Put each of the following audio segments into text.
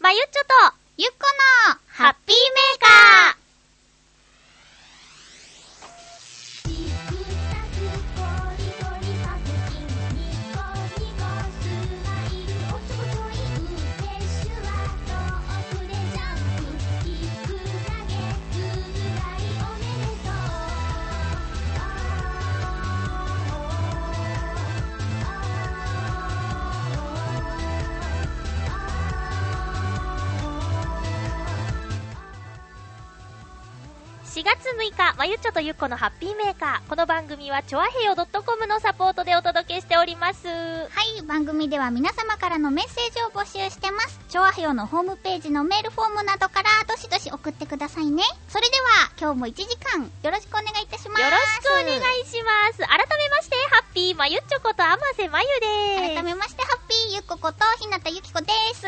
ばゆっちょと、ゆっこの、ハッピーメーカー。 「ちくたくこりこりパクチン」「ニコニコスマイル」「おちょこちょいウテシュワとおくれジャンプ」「きくらげつぐらいおめでとう」「 4月6日、まゆっちょとゆっこのハッピーメーカー。この番組は、ちょあへよ .com のサポートでお届けしております。はい、番組では皆様からのメッセージを募集してます。チョアヘヨのホームページのメールフォームなどから、どしどし送ってくださいね。それでは、今日も1時間、よろしくお願いいたします。よろしくお願いします。改めまして、ハッピーまゆっちょこと、あませまゆです。改めまして、ハッピーゆっここと、ひなたゆきこです。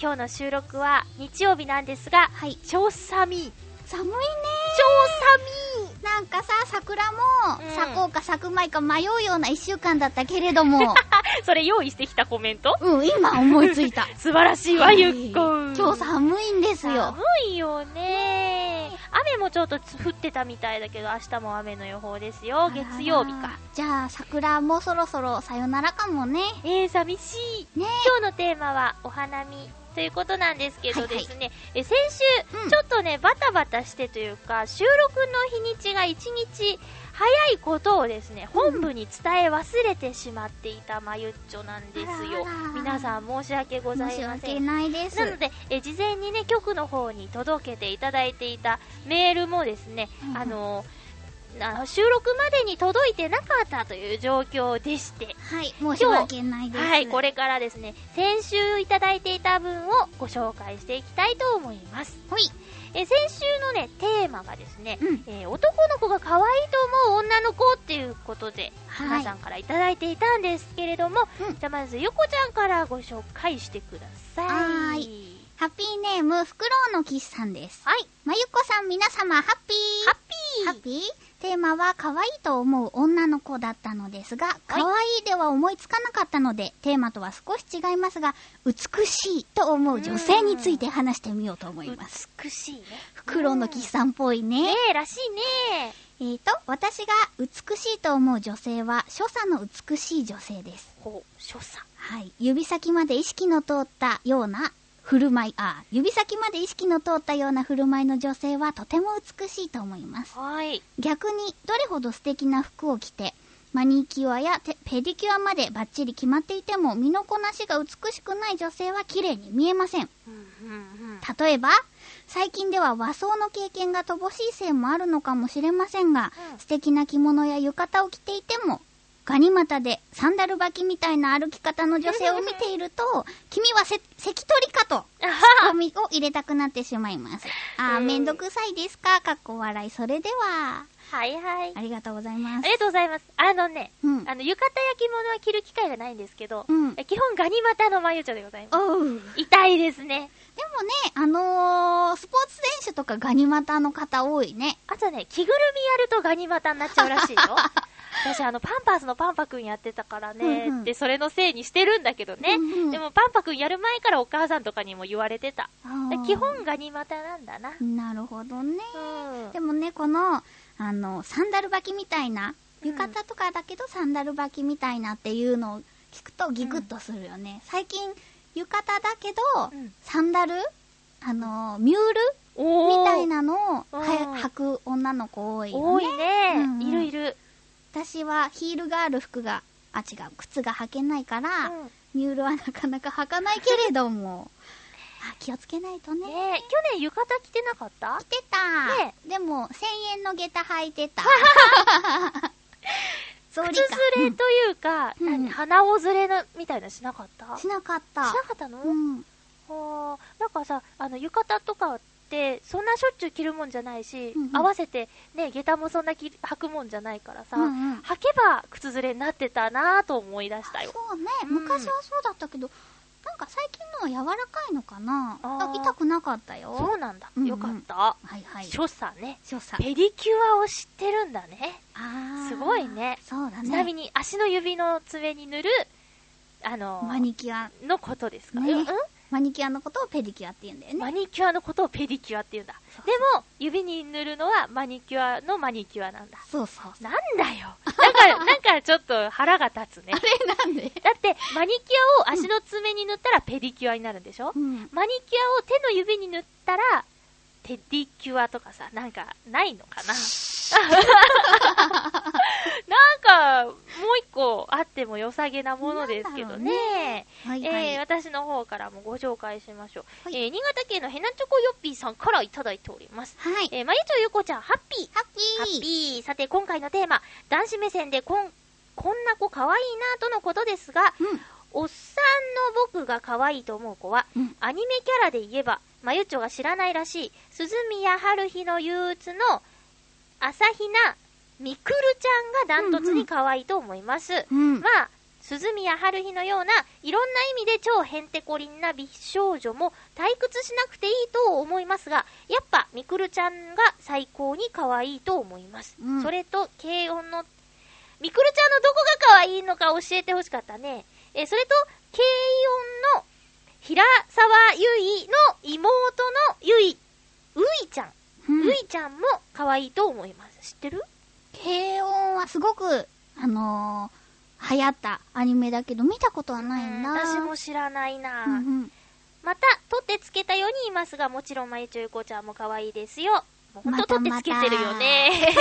今日の収録は、日曜日なんですが、はい、超寒い。寒いね超寒い。ー。なんかさ、桜も、うん咲こうか咲くまいか迷うような1週間だったけれども、それ用意してきたコメント うん、今思いついた。素晴らしいわ、ゆっこ。今日寒いんですよ寒。いよね雨もちょっと降ってたみたいだけど明日も雨の予報ですよ月曜日あららか。じゃあ、桜もそろそろさよならかもね。えー、寂しいね今日のテーマはお花見ということなんですけどはいはでいすね、え先週、うんちょっとねバタバタしてというか収録の日にちが1日早いことをですね本部に伝え忘れてしまっていたまゆっちょなんですよあらあら皆さん申し訳ござ申いしません訳ないです。なので、え事前にね局の方に届けていただいていたメールもですね、うんうんあのな収録までに届いてなかったという状況でして、はい、申し訳ないです。はい、こ。れからですね先週いただいていた分をご紹介していきたいと思います。ほい。え先週のねテーマがですね、うんえー男の子が可愛いと思う女の子っていうことで、はい皆さんからいただいていたんですけれども、うんじゃあまずゆこちゃんからご紹介してください。はーハッピーネーム、フクロウのキスさんです。はい。まゆっこさん、皆様、ハッピー。ハッピーハッピーテーマは、可愛いと思う女の子だったのですが、可愛いでは思いつかなかったので、テーマとは少し違いますが、美しいと思う女性について話してみようと思います。美しいね。フクロウのキスさんっぽいね。ねえ、らしいね。えーと、私が美しいと思う女性は、所作の美しい女性です。ほう、所作。はい。指先まで意識の通ったような振る舞い、あ、指先まで意識の通ったような振る舞いの女性はとても美しいと思います。はい。逆に、どれほど素敵な服を着て、マニキュアやテペディキュアまでバッチリ決まっていても、身のこなしが美しくない女性は綺麗に見えません。うんうんうん。例えば、最近では和装の経験が乏しいせいもあるのかもしれませんが、うん素敵な着物や浴衣を着ていても、ガニ股でサンダル履きみたいな歩き方の女性を見ていると、君はせ関取かと、あはゴはミを入れたくなってしまいます。うあー、んめんどくさいですかかっこ笑い。それでは、はいはい。ありがとうございあますり。がとうございます。あのね、うん。あの、浴衣や着物は着る機会がないんですけど、うんえ基本ガニ股の眉ちょでございます。おう。でもね、痛いですね。あのー、スポーツ選手とかガニ股の方多いね。あとね、着ぐるみやるとガニ股になっちゃうらしいよ。私、あの、パンパースのパンパくんやってたからね、うんうんで、それのせいにしてるんだけどね。うんうんでも、パンパくんやる前からお母さんとかにも言われてた。あー基本ガニ股なんだな。なるほどね。うんでもね、この、あの、サンダル履きみたいな、うん浴衣とかだけどサンダル履きみたいなっていうのを聞くとギクッとするよね。最近、浴衣だけど、うんサンダルあの、ミュールおーみたいなのをおーは履く女の子多いよ多ね。いね、うんうんいるいる、私はヒールがある服が、あ、違う、靴が履けないから、うんミュールはなかなか履かないけれども、 あ気をつけないとね。ねえ去年浴衣着てなかった着てた、ねでも1000円の下駄履い てた草履靴かずれというか、うん何鼻をずれのみたいなしなかったうんししなかったなかったの、うんほーなんかさあの浴衣とかってそんなしょっちゅう着るもんじゃないし、うんうん合わせてね下駄もそんな着履くもんじゃないからさ、うんうん履けば靴ずれになってたなぁと思い出したよそうねうん昔はそうだったけど、なんか最近のは柔らかいのかなあーあ痛くなかったよそうなんだ、うんうんよかった、はいはい所作ね所作ペディキュアを知ってるんだねあーすごいねそうだねちなみに足の指の爪に塗る、あの、マニキュアのことですか、ねうんうんマニキュアのことをペディキュアって言うんだよね。マニキュアのことをペディキュアって言うんだ。でも、指に塗るのはマニキュアのマニキュアなんだ。そう そう。なんだよ。なんか、なんかちょっと腹が立つねあ。れなんでだって、マニキュアを足の爪に塗ったらペディキュアになるんでしょ、うん。マニキュアを手の指に塗ったら、テディキュアとかさ、なんか、ないの かななんか、もう一個あっても良さげなものですけどね。はいはえーい。私の方からもご紹介しましょう。はいえー新潟県のヘナチョコヨッピーさんからいただいております。はい。えー、まゆちょゆこちゃん、ハッピーハッハッピー。ピー。さて、今回のテーマ、男子目線でこん、こんな子可愛いなとのことですが、うん。おっさんの僕が可愛いと思う子は、うんアニメキャラで言えば、まゆちょが知らないらしい、鈴宮春日の憂鬱の、朝比奈みくるちゃんがダントツに可愛いと思います。うん。まあ、鈴宮春日のような、いろんな意味で超ヘンテコリンな美少女も退屈しなくていいと思いますが、やっぱ、みくるちゃんが最高に可愛いと思います。うんそれと、軽音の、みくるちゃんのどこが可愛いのか教えてほしかったね。えー、それと、軽音の、平沢ゆいの妹のゆい、ういちゃん。うんういちゃんも可愛いと思います。知ってる軽音はすごく、あのー、流行ったアニメだけど、見たことはないな。私も知らないなうんうん。また、取ってつけたように言いますが、もちろん、まゆちょゆこちゃんも可愛いですよ。もうほんと取ってつけてるよね。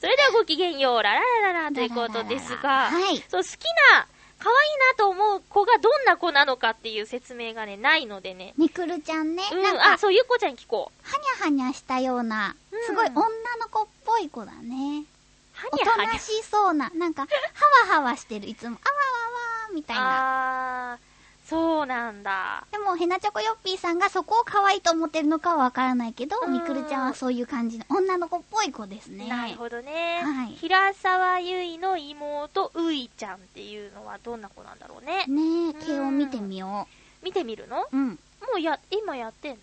それではごきげんよう、ラララララということですが、はい。そう、好きな、可愛いなと思う子がどんな子なのかっていう説明がね、ないのでね。みくるちゃんね、うなんん、か、あ、そう、ゆっこちゃんに聞こう。はにゃはにゃしたようなうん、すごい女の子っぽい子だね。はおにゃとはになゃ。しそうな、なんか、はわはわしてる、いつも、あわわわーみたいな。あー、そうなんだ。でも、へなちょこよっぴーさんがそこを可愛いと思ってるのかはわからないけどう、んみくるちゃんはそういう感じの女の子っぽい子ですね。なるほどね。はい平沢ゆいの妹、ういちゃんっていうのはどんな子なんだろうね。ねえ、毛を見てみよ見てみるのう。うん。ももうや、今やってんのう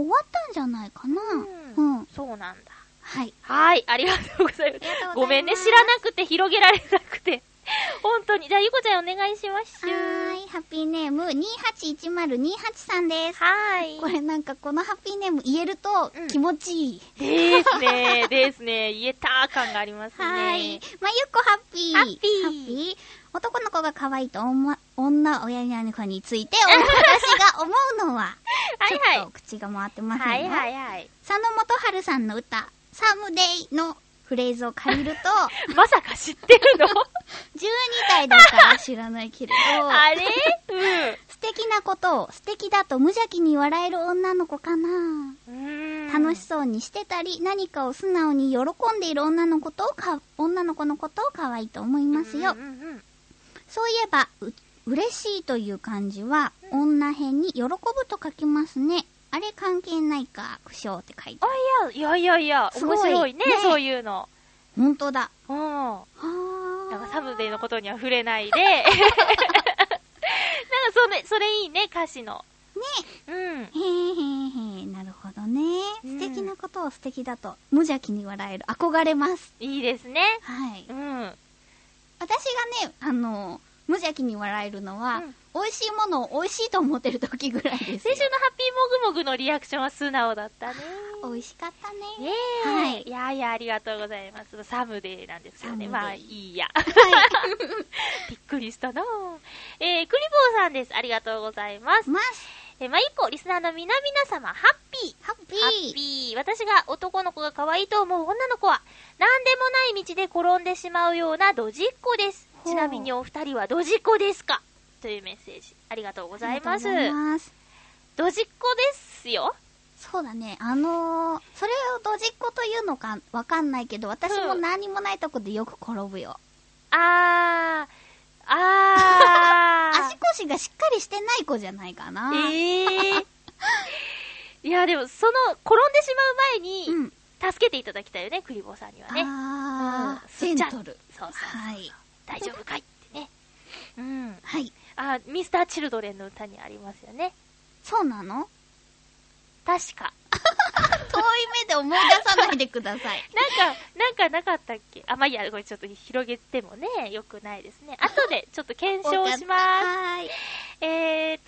終わったんじゃないかな。ううんん。そうなんだ。はい。はい、ありがとうございますありがとうございま。すごめんね、知らなくて、広げられなくて。 本当に。じゃあ、ゆこちゃんお願いします。はーい、ハッピーネーム281028さんです。はーい。これなんかこのハッピーネーム言えるとうん気持ちいい。ですね、ですね。言えたー感がありますね。はい。まあ、ゆっこハッピー。ハッピーハッピー男の子が可愛いと思う女親なの子につい て、私が思うのは、はいはいちょっと口が回ってませんはよ。いはいはい。佐野元春さんの歌、サムデイのフレーズを 借りると、まさか知ってるの12体だから知らないけれど、あれうん素敵なことを素敵だと無邪気に笑える女の子かな。うーん。楽しそうにしてたり、何かを素直に喜んでいる女の子とか、女の子のことを可愛いと思いますようん。うんうんそういえば、う、嬉しいという漢字は、女編に喜ぶと書きますね。あれ関係ないか、苦笑って書いて。あ、いや、いやいやいや、すご面い白いね、ねそういうの。本当だ。うん。はなんかーサムデイのことには触れ ないで。なんかそれ、それいいね、歌詞の。ねうん。へーへーへー、なるほどね。うん素敵なことを素敵だと、無邪気に笑える。憧れます。いいですね。はい。うん。私がね、あの、無邪気に笑えるのは、うん美味しいものを美味しいと思ってる時ぐらいです 先よ。週のハッピーもぐもぐのリアクションは素直だったね。美味しかったね。ねえ、はいいやいや、ありがとうございます。サムデーなんですよね。サムデーまあ、いいや。 びっくりしたなぁえー、クリボーさんです。ありがとうございます。ます。えー、まゆっこ、リスナーの皆々様、ハッピー。ハッピー。ハッピー。私が男の子が可愛いと思う女の子は、何でもない道で転んでしまうようなドジっ子です。ほうちなみにお二人はドジっ子ですかというメッセージ。ありがとうございます。ありがとうございます。ドジっ子ですよ。そうだね。あのー、それをドジっ子というのかわかんないけど、私も何もないとこでよく転ぶよ。あー、あー。 足腰がしっかりしてない子じゃないかな。えー。いや、でも、その、転んでしまう前に、うん。助けていただきたいよね、クリボーさんにはね。あうんー、セントル。そうそう。はい。大丈夫かいってね。うん。はい。あ、ミスター・チルドレンの歌にありますよね。そうなの確か。遠い目で思い出さないでく ださい。なんか、なんかなかったっけあ、まあ、いいや、これちょっと広げてもね、 よくないですね。後でちょっと検証しまわかったはーい。す。えー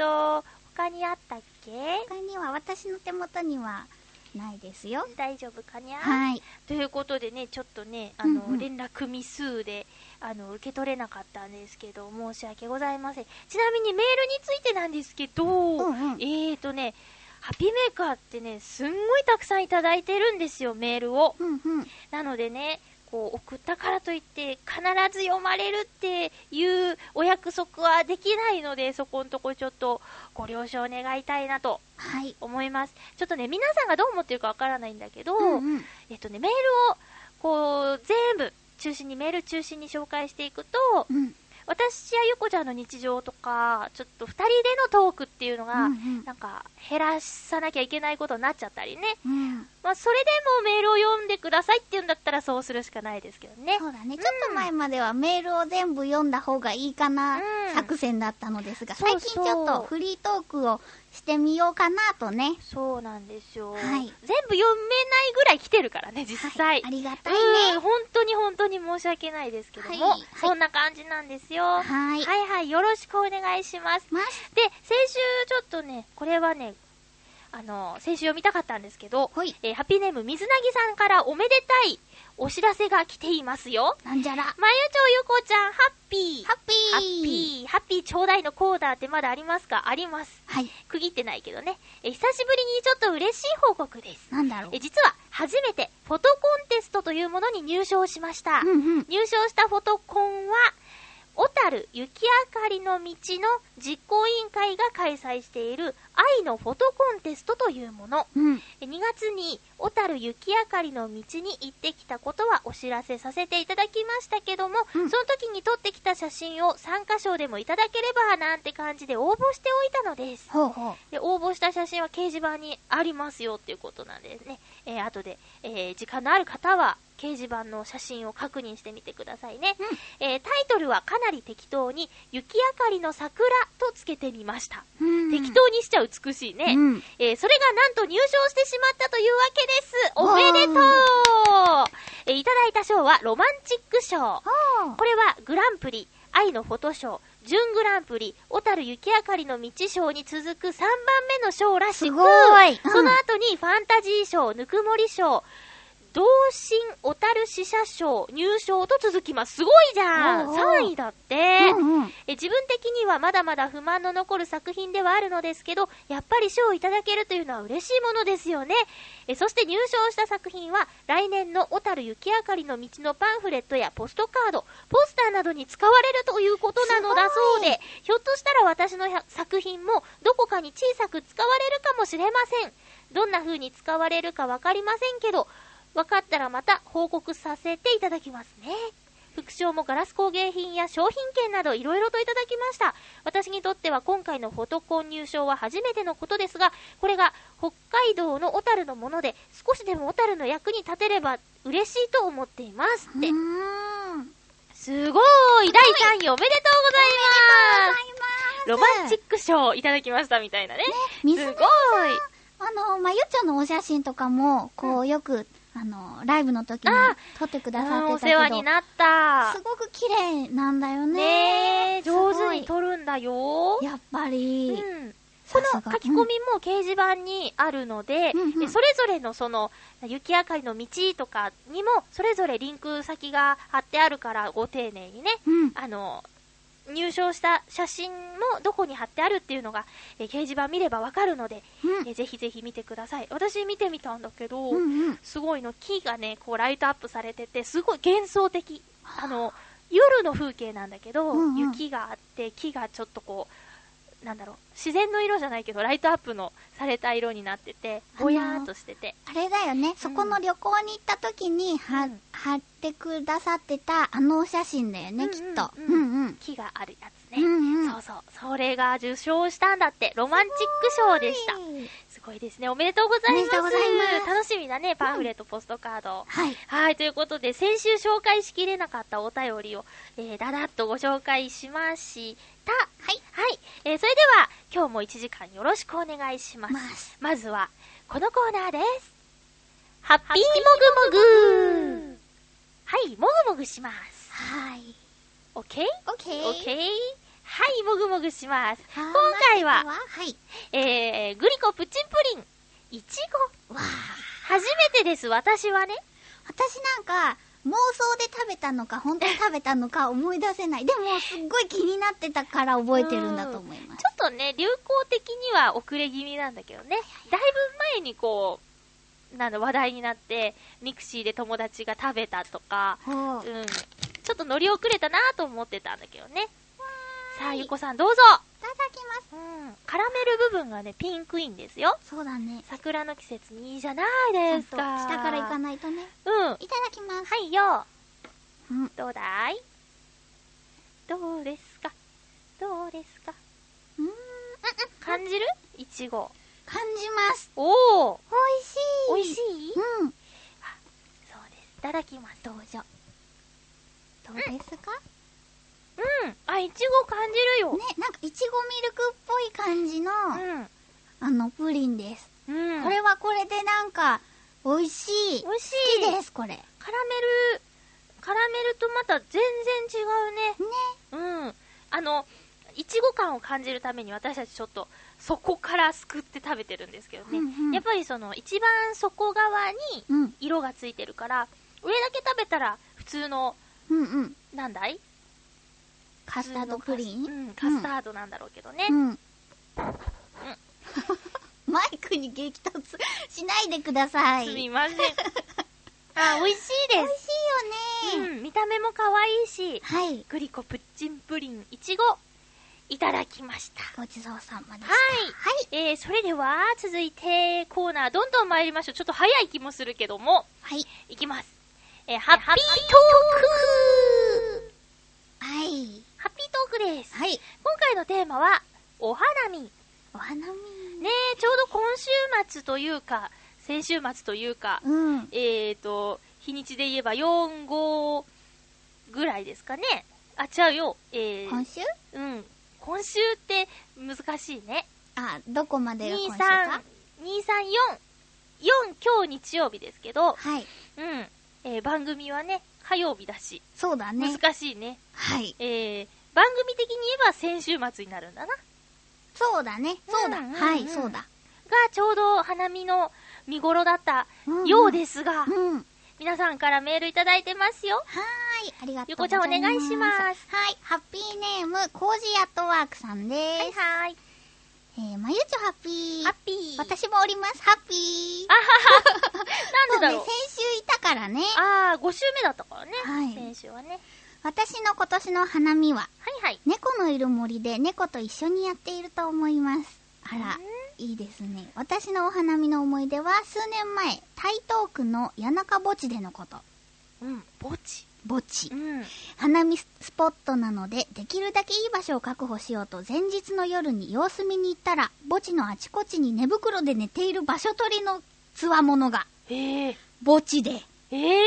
と、他にあったっけ他には私の手元にはないですよ。大丈夫かにゃ、はい。ということでね、ちょっとね、あの、うんうん連絡未数で、あの、受け取れなかったんですけど、申し訳ございません。ちなみにメールについてなんですけど、んうんえーとね、ハッピーメーカーってね、すんごいたくさんいただいてるんですよ、メールを。うんうん。なのでね、こう、送ったからといって、必ず読まれるっていうお約束はできないので、そこんとこちょっとご了承願いたいなとはい。思います。ちょっとね、皆さんがどう思ってるかわからないんだけど、うんうん。えっとね、メールを、こう、全部、中心に、メール中心に紹介していくと、うん。私やゆこちゃんの日常とか、ちょっと二人でのトークっていうのが、うんうんなんか、減らさなきゃいけないことになっちゃったりね。うん。まあ、それでもメールを読んでくださいっていうんだったら、そうするしかないですけどね。そうだね。ちょっと前まではメールを全部読んだ方がいいかなうん作戦だったのですが、そうそ最う近ちょっとフリートークをしてみようかなとね。そうなんですよ。はい全部読めないぐらい来てるからね、実際。はい。ありがたいね。うん本当に本当に申し訳ないですけども、はいはいそんな感じなんですよ。はいはいはい、よろしくお願いします。ます。で、先週ちょっとね、これはね、あの、先週読みたかったんですけど、ほい。えーハッピーネーム水なぎさんからおめでたいお知らせが来ていますよ。なんじゃら。ハまゆちょゆこちゃん、ハッピー。ッピー。ハッピー。ハッピーちょうだいのコーナーってまだありますかあります。はい。区切ってないけどね。えー久しぶりにちょっと嬉しい報告です。なんだろうえ。実は初めてフォトコンテストというものに入賞しました。うんうん。入賞したフォトコンは、小樽雪明かりの道の実行委員会が開催している愛のフォトコンテストというもの。うん。 2月に小樽雪明かりの道に行ってきたことはお知らせさせていただきましたけども、うんその時に撮ってきた写真を参加賞でもいただければなんて感じで応募しておいたのです。ほうほう。で応募した写真は掲示板にありますよっていうことなんですね。えー、後で、えー時間のある方は掲示板の写真を確認してみてくださいね。えータイトルはかなり適当に、雪明かりの桜とつけてみました。うん適当にしちゃ美しいね。うん。 えーそれがなんと入賞してしまったというわけです。おめでとうえーいただいた賞はロマンチック賞。ほうこれはグランプリ、愛のフォト賞、準グランプリ、小樽雪明かりの道賞に続く3番目の賞らしすく、ごーい。その後にファンタジー賞、ぬくもり賞、同心小樽死者賞、入賞と続きます。すごいじゃんおーおー !3 位だって、うんうん。え自分的にはまだまだ不満の残る作品ではあるのですけど、やっぱり賞をいただけるというのは嬉しいものですよね。えそして入賞した作品は、来年の小樽雪明かりの道のパンフレットやポストカード、ポスターなどに使われるということなのだそうで、ひょっとしたら私のや作品もどこかに小さく使われるかもしれません。どんな風に使われるかわかりませんけど、分かったらまた報告させていただきますね。副賞もガラス工芸品や商品券などいろいろといただきました。私にとっては今回のフォトコン入賞は初めてのことですが、これが北海道の小樽のもので、少しでも小樽の役に立てれば嬉しいと思っています。ってうーん。すごい第3位おめでとうございますロマンチック賞いただきましたみたいなね。水すごい野あの、まゆちゃんのお写真とかも、こう、よく、あの、ライブの時にあ撮ってくださあーっおてたけ世ど、話になったす。ごく綺麗なんだよねね。え、すご上い手に撮るんだよ。やっぱうり、ん。ここの書き込みも掲示板にあるので、うんうんでそれぞれのその雪明かりの道とかにも、それぞれリンク先が貼ってあるから、ご丁寧にね、うん、うんあの、入賞した写真もどこに貼ってあるっていうのが、えー掲示板見ればわかるので、えーぜひぜひ見てください。私見てみたんだけど、うん、うん、うん。すごいの、木がね、こうライトアップされてて、すごい幻想的。あの、夜の風景なんだけど、うんうん雪があって、木がちょっとこう、なんだろう、自然の色じゃないけど、ライトアップのされた色になってて、あのーぼやーっとしてて。あれだよね、そこの旅行に行った時に、は、うん貼ってくださってた、あのお写真だよね、うんきっと。ううんん、ううんん、うん。木があるやつうね。ん、うん。そうそう、それが受賞したんだって、ロマンチック賞でした。すごいですね、おめでとうございます。おめでとうございます楽しみだね、パンフレット、ポストカード。はい。はい、ということで、先週紹介しきれなかったお便りを、えー、だだっとご紹介しました。はい。はい、えー、それでは、今日も1時間よろしくお願いします。まますずは、このコーナーです。ハッピーもぐもぐはい、もぐもぐします。はい。オッケーオッケー。オッケーはい、もぐもぐします。今回ははい。えー、グリコプチンプリン、いちご。わあ。初めてです、私はね。私なんか、妄想で食べたのか、本当に食べたの か思い出せない。でも、すっごい気になってたから覚えてるんだと思いますち。ょっとね、流行的には遅れ気味なんだけどね。だいぶ前にこう、なんだ、話題になって、ミクシーで友達が食べたとか、ほうん。う。ちょっと乗り遅れたなと思ってたんだけどね。さあ、ゆこさんどうぞいただきます。うん。カラメル部分がね、ピンクいんですよ。そうだね。桜の季節にいいじゃないですちゃか。んと下から行かい。ないとね。うん。はいただきます。いよ。うん。どうだいどうですかどうですかうーん、感じるいちご。感じます。おお美味しい。美味しいうそん。うです。いただきます。どうぞ。どうですか、うん。あ、いちご感じるよ。ね、なんか、いちごミルクっぽい感じの、あの、プリンです。うん。うん。これはこれでなんか、美味しい。美味しい。好きです、これ。ね。カラメル、カラメルとまた全然違うね。うん。あの、いちご感を感じるために私たちちょっとそこからすくって食べてるんですけどね。うんうんやっぱりその一番底側にうん。色がついてるから、上だけ食べたら普通の、うんうん。なんだいカスタードプリンうん、カスタードなんだろうけどね。うん。マイクに激突しないでください。す美味しいみ ません。あ、美味しいです。よね。うん、見た目も可愛いし、はい。グリコプッチンプリンいちご、いただきました。ごちそうさまでした。はいはい。えー、それでは、続いて、コーナー、どんどん参りましょう。ちょっと早い気もするけども、はい。いきます。えー、ハッピートークはい。ハッピートークです。はい。今回のテーマは、お花見。ねお花見。え、ちょうど今週末というか、先週末というか、うん。えーと、日にちで言えば4、5ぐらいですかね。あ、違うよ。えー、今週うん。今週って難しいね。あ、どこまでが今週23か、 234。4今日日曜日ですけど、はい。うん。えー番組はね、火曜日だし、そうだね。難しいね。はい。えー番組的に言えば先週末になるんだな。そうだね。そうだ。うんうんうんはい、そうだ。が、ちょうど花見の見頃だったんようですが、うん。は皆さんからメールいただいてますよ。ーい。ありがとうゆこちゃんございまおす願いします。はい。ハッピーネーム、コージアットワークさんです。はいはい。えー、まゆちょハッピー。ハッピー。私もおります。ハッピー。あははなんでだそろううね。、先週いたからね。ああ、5週目だったからね。はい先週はね。私の今年の花見は、はいはい。猫のいる森で猫と一緒にやっていると思います。あらうん、いいですね。私のお花見の思い出は、数年前、台東区の谷中墓地でのこと。うん、墓地。墓地う。ん。花見スポットなので、できるだけいい場所を確保しようと、前日の夜に様子見に行ったら、墓地のあちこちに寝袋で寝ている場所取りのつわものが、ええ墓地で。え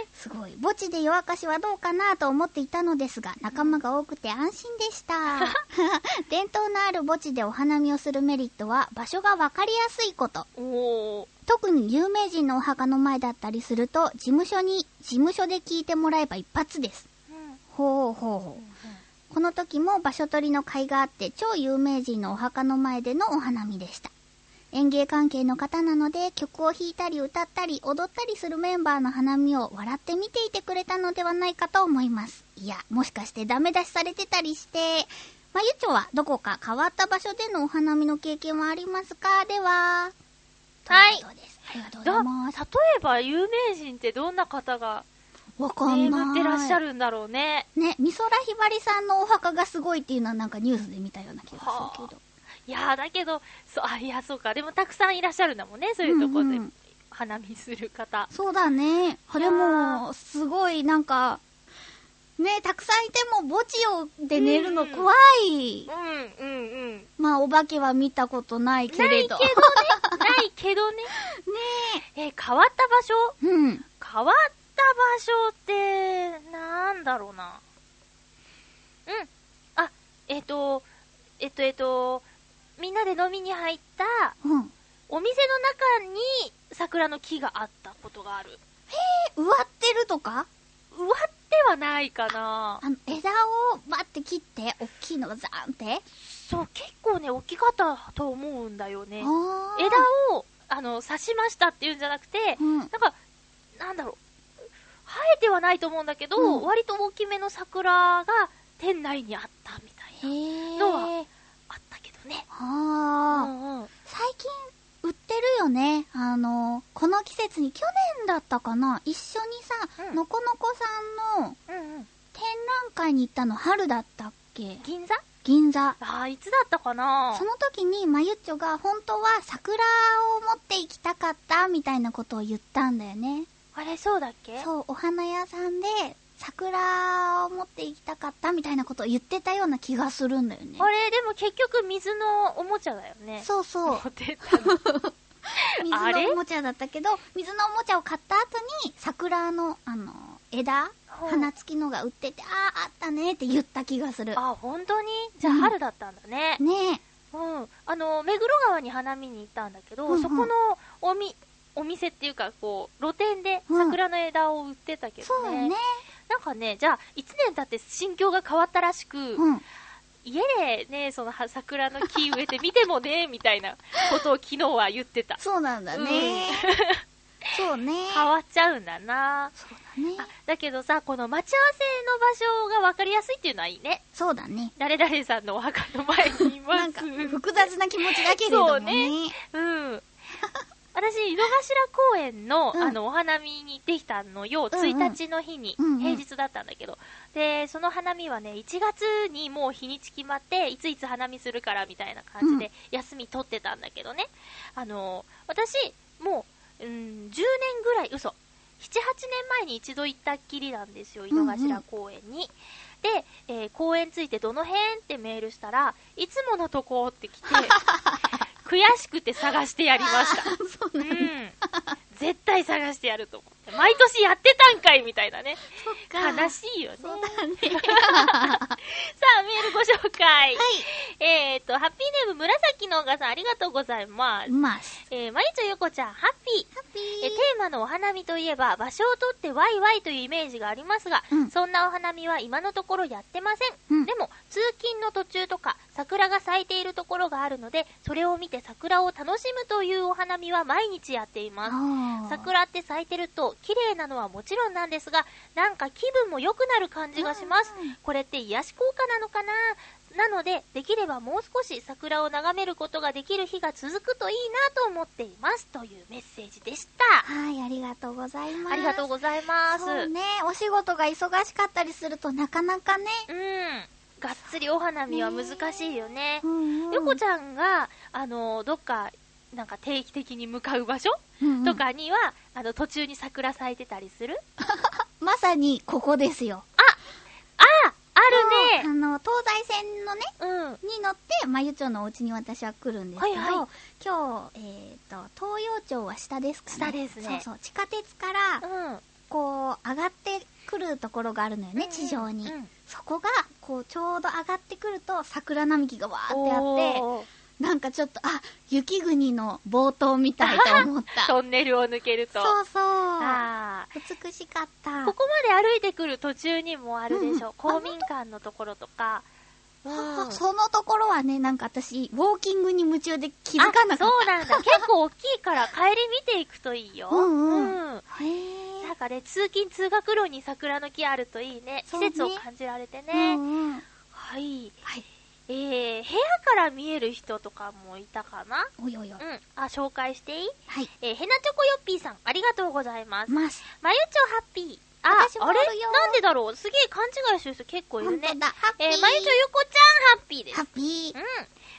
えすごい。墓地で夜明かしはどうかなと思っていたのですが、仲間が多くて安心でした。伝統のある墓地でお花見をするメリットは、場所がわかりやすいこと。おー。特に有名人のお墓の前だったりすると、事務所に、事務所で聞いてもらえば一発です。うん。ほうほうほう。この時も場所取りの会があって超有名人のお墓の前でのお花見でした。演芸関係の方なので曲を弾いたり歌ったり踊ったりするメンバーの花見を笑って見ていてくれたのではないかと思います。いや、もしかしてダメ出しされてたりして、まゆちょはどこか変わった場所でのお花見の経験はありますかでは、はいとうことです。ありがとうごだ、ざい例ます。えば有名人ってどんな方がわかんない。眠ってらっしゃるんだろうね。ね、美空ひばりさんのお墓がすごいっていうのはなんかニュースで見たような気がするけど。いやー、だけど、そう、あ、いや、そうか。でもたくさんいらっしゃるんだもんね。そういうとこうんうでん花見する方。そうだね。あれも、すごいなんか、ね、たくさんいても墓地をで寝るの怖い。うん、うん、うん。まあ、お化けは見たことないけ れど。ないけどね。ないけどね。ねえ。えー、変わった場所うん。変わった場所って、なんだろうな。うん。あ、えっ、と、えっ、と、えっ、と、みんなで飲みに入ったうん。お店の中に桜の木があったことがある。え、植わってるとか植わっはないかな。あの、枝をバッて切って、大きいのがザーンって。そう、結構ね、置き方と思うんだよね。あー枝を、あの、刺しましたっていうんじゃなくて、うん。なんか、なんだろう、生えてはないと思うんだけど、うん割と大きめの桜が店内にあったみたいな、へえ。のはあったけどね。はあ、うんうん最近売ってるよね。あの、この季節に去年だったかな。一緒にさ、うんのこのこさんのうんうん、展覧会に行ったの春だったっけ銀座銀座。ああ、いつだったかなその時にまゆっちょが本当は桜を持って行きたかったみたいなことを言ったんだよね。あれ、そうだっけそう、お花屋さんで桜を持って行きたかったみたいなことを言ってたような気がするんだよね。あれ、でも結局水のおもちゃだよね。そうそう。持ってった の水あれのおもちゃだったけど、水のおもちゃを買った後に、桜の、あの、枝うん花付きのが売ってて、ああ、あったねって言った気がする。あ、本当にじゃあうん春だったんだね。ねうん。あの、目黒川に花見に行ったんだけど、うんうんそこのおみ、お店っていうか、こう、露店で桜の枝を売ってたえ。けそうどだね。ね。なんかね、じゃあ、1年経って心境が変わったらしく、うん。家でね、そのは桜の木植えて見ても ね、みたいなことを昨日は言ってた。そうなんだね。そうね。変わっちゃうんだなそうだあね。だけどさ、この待ち合わせの場所が分かりやすいっていうのはいいね。そうだね。誰々さんのお墓の前にいます。なんか、複雑な気持ちだけれどもね。うん。私、井の頭公園の、うんあの、お花見に行ってきたのよ、うんうん1日の日に、うんうん平日だったんだけど。で、その花見はね、1月にもう日にち決まって、いついつ花見するからみたいな感じで、休み取ってたんだけどね。あの、私、もう、うん、10年ぐらい、嘘。7、8年前に一度行ったっきりなんですよ、井の頭公園に。で、えー公園ついてどの辺ってメールしたら、いつものとこって来て、 悔しくて探してやりました。そううなんんだ。。絶対探してやると思って。毎年やってたんかいみたいなね。そっか。悲しいよね。さそうだね。あ、メールご紹介。はえっ、ー、と、ハッピーネーム紫のおがさん、ありがとうございまい。す。ます。えー、まりちょゆこちゃん、ハッピー。ハッピえテーマのお花見といえば場所を取ってワイワイというイメージがありますが、うんそんなお花見は今のところやってません、うんでも通勤の途中とか桜が咲いているところがあるのでそれを見て桜を楽しむというお花見は毎日やっていますあー桜って咲いてると綺麗なのはもちろんなんですがなんか気分も良くなる感じがします、うんこれって癒し効果なのかななのでできればもう少し桜を眺めることができる日が続くといいなと思っていますというメッセージでしたはい、ありがとうございます。ありがとうざごいざいます。そうね、お仕事が忙しかったりするとなかなかね。うん。がっつりお花見は難しいよね。んゆこちゃんが、あの、どっか、なんか定期的に向かう場所、うんうんと。かには、あの、途中に桜咲いてたりするまさにここですよ。ああるねあの、東西線のね、うん。に乗って、まゆ町のお家に私は来るんですけはど、いはい今日、えっ、と、東洋町は下ですか下ね。ですねそうそう、地下鉄から、うん。こう、上がってくるところがあるのよね、うん地上に。うんそこが、こう、ちょうど上がってくると、桜並木がわーってあっおーて、なんかちょっと、あ、雪国の冒頭みたいと思っ た。トンネルを抜けると。そうそう。あー美しかった。ここまで歩いてくる途中にもあるでしょ。うん公民館のところとか。うんそのところはね、なんか私、ウォーキングに夢中で気づかなかあっそうなんだ。結構大きいから帰り見ていくといいよ。うんうんた。へぇなんかね、通勤通学路に桜の木あるといいね。そ季うね節を感じられてね。うんうん。はい。はい。えー、部屋から見える人とかもいたかなおよよ。うん。あ、紹介していいはい。えー、ヘナチョコヨッピーさん、ありがとうございます。まゆちます。ょハッピー。あ、私もああれるよなんでだろうすげえ勘違いしてる人結構いほるんねと。だ。ハッピえー。ー、まゆちょゆこちゃんハッピーですハ。ッピーう。ん。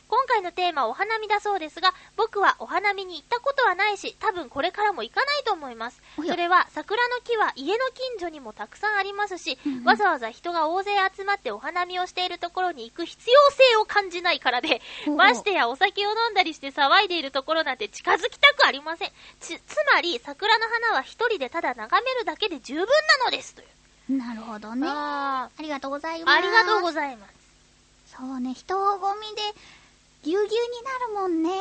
今回のテーマはお花見だそうですが、僕はお花見に行ったことはないし、多分これからも行かないと思います。おやそれは桜の木は家の近所にもたくさんありますし、うんうんわざわざ人が大勢集まってお花見をしているところに行く必要性を感じないからで、ほうましてやお酒を飲んだりして騒いでいるところなんて近づきたくありません。つ、つまり桜の花は一人でただ眺めるだけで十分なのです。という。なるほどね。あありがとうございーます。ありがとうごいざいます。ます。そうね、人混みで、ぎゅうぎゅうになるもんね。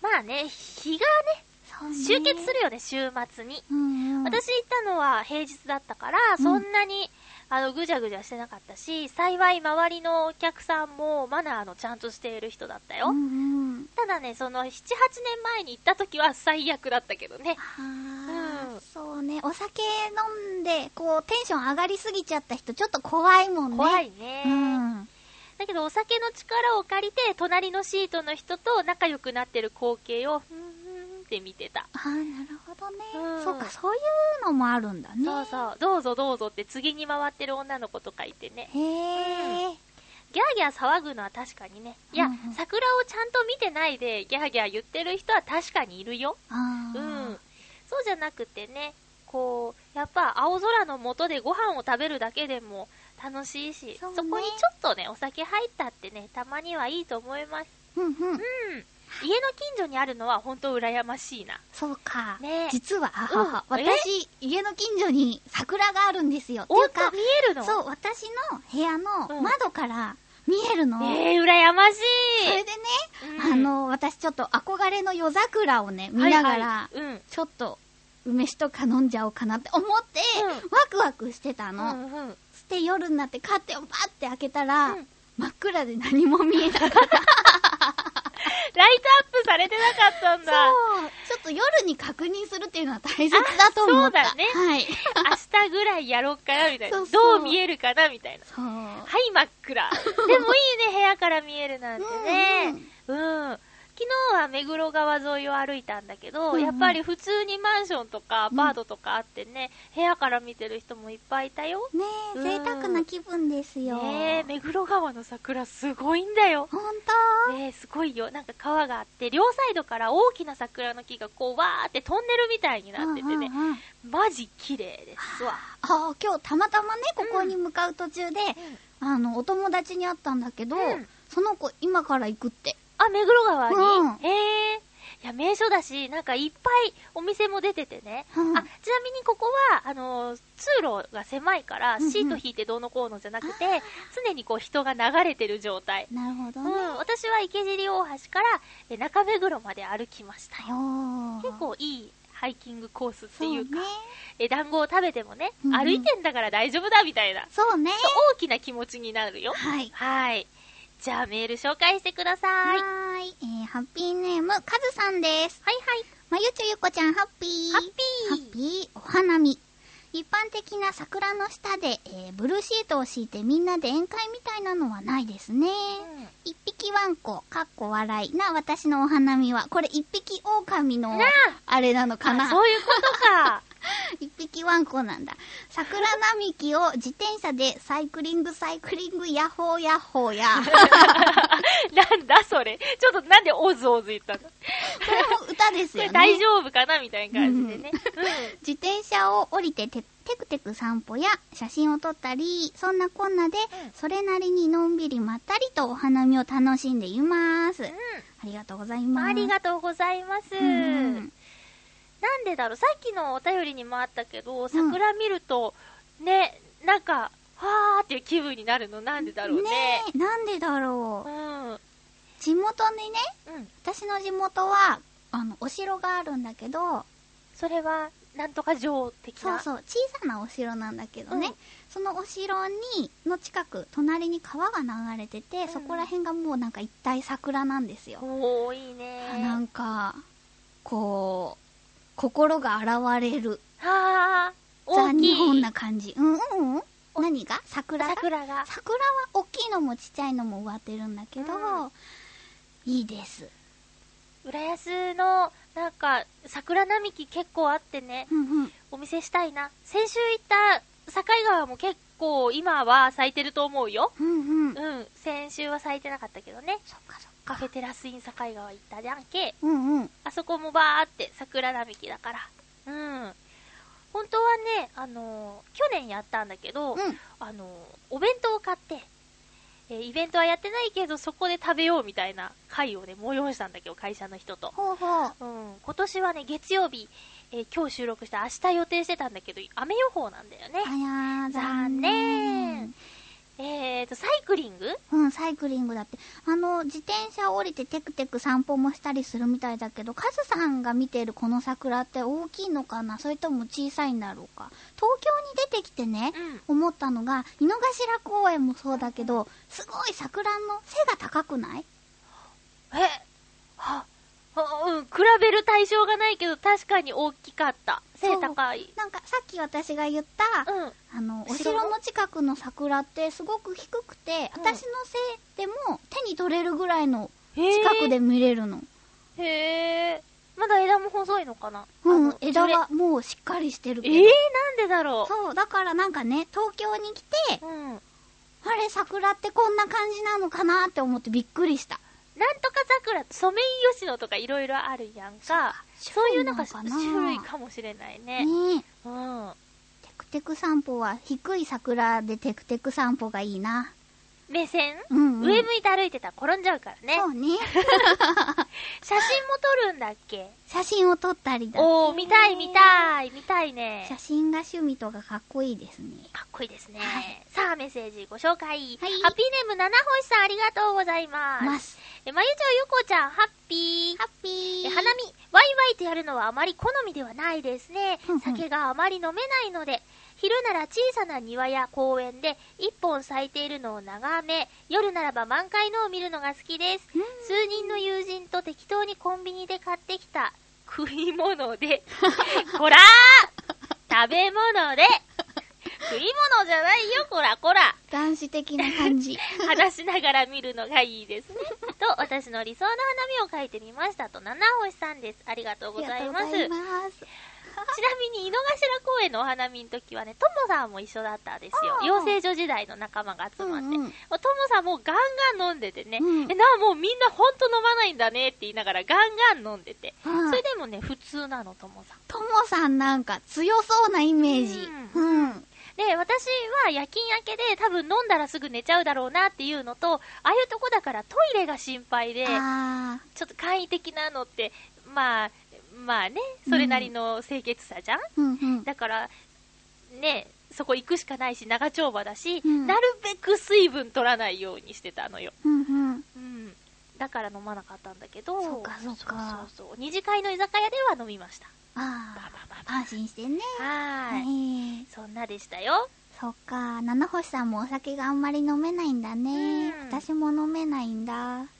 まあね、日がね、そうね集結するよね、週末に。うんうん、私行ったのは平日だったから、そんなに、あの、ぐじゃぐじゃしてなかったし、幸い周りのお客さんもマナーのちゃんとしている人だったよ。うんうん、ただね、その7、8年前に行った時は最悪だったけどね。はあ、うんそうね、お酒飲んで、こう、テンション上がりすぎちゃった人、ちょっと怖いもんね。怖いね。うん。だけどお酒の力を借りて、隣のシートの人と仲良くなってる光景を、ふんふんって見てた。ああ、なるほどね。うんそうか、そういうのもあるんだね。そうそう、どうぞどうぞって次に回ってる女の子とかいてね。へえ、ギャーギャー騒ぐのは確かにね。いや、うんうん桜をちゃんと見てないでギャーギャー言ってる人は確かにいるよ。あうあ、ん。そうじゃなくてね、こう、やっぱ青空の下でご飯を食べるだけでも楽しいし、そうねそこにちょっとね、お酒入ったってね、たまにはいいと思います。うんうん。うん。家の近所にあるのは本当羨ましいな。そうか。ね実は、あははうんえ私、家の近所に桜があるんですよ。おていっうかと、見、えるのそう、私の部屋うのん窓から見えるの。えー、羨ましい。それでね、うんあ、の、私ちょっと憧れの夜桜をね、見ながら、はいはいうん。ちょっと、梅酒とか飲んじゃおうかなって思って、うワクワクしてたの。うんうんして夜になってカーテンをパって開けたら、うん真っ暗で何も見えなか った。ライトアップされてなかったんそだ。う。ちょっと夜に確認するっていうのは大切だと思った。あそうだねはい。明日ぐらいやろうかなみたいな。そうそうどう見えるかなみたいな。そう。はい、真っ 暗。でもいいね、部屋から見えるなんてね。うん、昨日は目黒川沿いを歩いたんだけど、うんうんやっぱり普通にマンションとかアパートとかあってね、部屋から見てる人もいっぱいいたよ。ねうえ、ん贅沢な気分ですよ。ねえ、目黒川の桜すごいんだよ。ほんとねえ、すごいよ。なんか川があって、両サイドから大きな桜の木がこう、わーってトンネルみたいになっててねう。んうんうんマジ綺麗ですわ。ああ、今日たまたまね、ここに向かう途中で、あの、お友達に会ったんだけど、うんその子今から行くって。あ、目黒川に、うんへえ。いや、名所だし、なんかいっぱいお店も出ててね。うんあ、ちなみにここは、あのー通路が狭いから、うんうんシート引いてどうのこうのじゃなくて、常にこう人が流れてる状態。なるほうどんね。、私は池尻大橋からえ中目黒まで歩きましたよ。よ結構いいハイキングコースっていうか、そうね。え団子を食べてもね、うんうん歩いてんだから大丈夫だみたいな、そうね。大きな気持ちになるよ。はい。はい。じゃあメール紹介してください。はいはーい。えー、ハッピーネーム、カズさんです。はい。まゆちょゆこちゃん、ハッピー。ハッピーハッピー、お花見。一般的な桜の下で、えー、ブルーシートを敷いてみんなで宴会みたいなのはないですね。一匹ワンコ、かっこ笑いな私のお花見は、これ一匹狼のなあ、あれなのかあなそういうことか。一匹ワンコなんだ。桜並木を自転車でサイクリングサイクリングヤッホーヤッホーや。 なんだそれ。ちょっとなんでオズオズ言ったのここれも歌ですよれね。大丈夫かなみたいな感じでね。自転車を降りててテクテク散歩や写真を撮ったり、そんなこんなで、それなりにのんびりまったりとお花見を楽しんでいます。うん。ありがとうございうん。ます。ありがとうございます。うんうんなんでだろう。さっきのお便りにもあったけど、桜見ると、ね、なんか、はーっていう気分になるのなんでだろうね。ねえ、なんでだろうう。ん。うん。地元にね、私の地元は、あの、お城があるんだけど、それは、なんとか城的そうな。うそう、小さなお城なんだけどね、うんそのお城に、の近く、隣に川が流れてて、んそこら辺がもうなんか一体桜なんですよ。おー、いいあなね。んか、こう、心が現れる、はー。ザ・大きい。日本な感じ。うんうんうん何が桜が桜桜が。は大きいのもちっちゃいのも植わってるんだけど、ういいです。浦安の、なんか、桜並木結構あってね。うんうん。お見せしたいな。先週行った境川も結構今は咲いてると思うよ。うんうん。うん。先週は咲いてなかったけどね。そっかそっカフェテラスイン境川行ったじゃんけ。か。うんうん。あそこもバーって桜並木だから。うん。本当はね、あのー去年やったんだけど、うん。あのーお弁当を買って、えーイベントはやってないけど、そこで食べようみたいな会をね、催したんだけど、会社の人と。ほうほう。うん、今年はね、月曜日、えー今日収録した明日予定してたんだけど、雨予報なんだよね。あやー、残念。えーと、サイクリングうん、サイクリングだって。あの、自転車降りてテクテク散歩もしたりするみたいだけど、カズさんが見てるこの桜って大きいのかなそれとも小さいんだろうか東京に出てきてね、思ったのが、井の頭公園もそうだけど、すごい桜の背が高くないえは、はうん、比べる対象がないけど、確かに大きかった。背高い。なんかさっき私が言った、うん。あの、お後ろの城の近くの桜ってすごく低くて、うん私の背でも手に取れるぐらいのへ近くで見れるの。で。へえ。まだ枝も細いのかなうあんの、枝樹齢はもうしっかりしてるえけど。ー、なんでだろそう、だからなんかね、東京に来て、う。うん。あれ、桜ってこんな感じなのかなって思ってびっくりした。なんとか桜、ソメイヨシノとかいろいろあるやんか。そういうなんか種種類なのかな類かもしれないね。ねえ。うん。テクテク散歩は低い桜でテクテク散歩がいいな。目線、うん、うん。上向いて歩いてたら転んじゃうからね。そうね。写真も撮るんだっけ写真を撮ったりだ。おー、見たい見たい、見たいね。写真が趣味とかかっこいいですね。かっこいいですね。はいさあ、メッセージご紹介。ハッピーネはいーム、七星さん、ありがとうございます。ます。え、まゆちょゆこちゃん、ハッピー。ハッピー。え、花見、ワイワイとやるのはあまり好みではないですねうんうん。酒があまり飲めないので、昼なら小さな庭や公園で一本咲いているのを眺め、夜ならば満開のを見るのが好きです。うん数人の友人と適当にコンビニで買ってき た食い物で、こらー食べ物で食い物じゃないよ、こらこら男子的な感 じ。話しながら見るのがいいですね。 と、私の理想の花見を書いてみましたと、七星さんです。ありがとうございます。あちりがとうございなます。みに、井の頭公園のお花見の時はね、ともさんも一緒だったんですあよ。ー養成所時代の仲間が集まって。うんうんおともさんもうガンガン飲んでてね、うんえ、なあもうみんなほんと飲まないんだねって言いながらガンガン飲んでて。はいそれでもね、普通なの、ともさん。ともさんなんか強そうなイメージ。ううん。で、私は夜勤明けで多分飲んだらすぐ寝ちゃうだろうなっていうのと、ああいうとこだからトイレが心配で、あちょっと簡易的なのって、まあ、まあね、それなりの清潔さじゃん、ーうんうん。だから、ね、そこ行くしかないし、長丁場だし、うんなるべく水分取らないようにしてたのよ。うんうん。うん。だから飲まなかったんだけど、そうかそうかそうそうそう二次会の居酒屋では飲みました。あばばばあ、安心してね。ば。はーい。い。そんなでしたよ。そっか、七星さんもお酒があんまり飲めないんだね。うん私も飲めないんだ。飲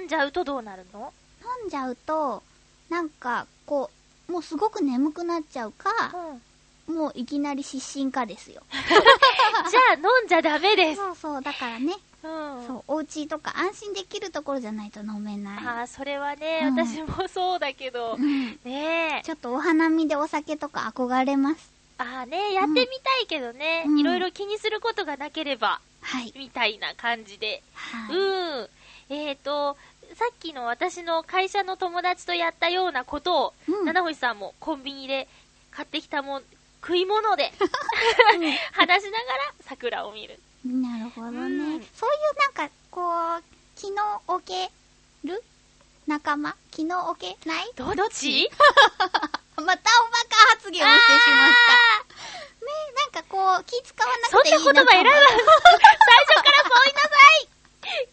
飲んじゃうとどうなるのんじゃうと、なんか、こう、もうすごく眠くなっちゃうか、うん。もういきなり失神かですよ。じゃあ飲んじゃダメです。そうそう、だからね、うん。そう、お家とか安心できるところじゃないと飲めあない。あ、それはね、うん私もそうだけどう、んねえ。ちょっとお花見でお酒とか憧れます。ああね、やってみたいけどね、うんいろいろ気にすることがなければ、はい。みたいな感じで。はうい。ん。えっ、と、さっきの私の会社の友達とやったようなことを、うん七星さんもコンビニで買ってきたもん、食い物 でうん話しながら桜を見る。なるほどね。うんそういうなんか、こう、気の置ける仲間気の置けないどっちまたおバカ発言をしてしまった。ねえ、なんかこう、気使わなそくていいんな言葉選ぶ最初からそう言いなさい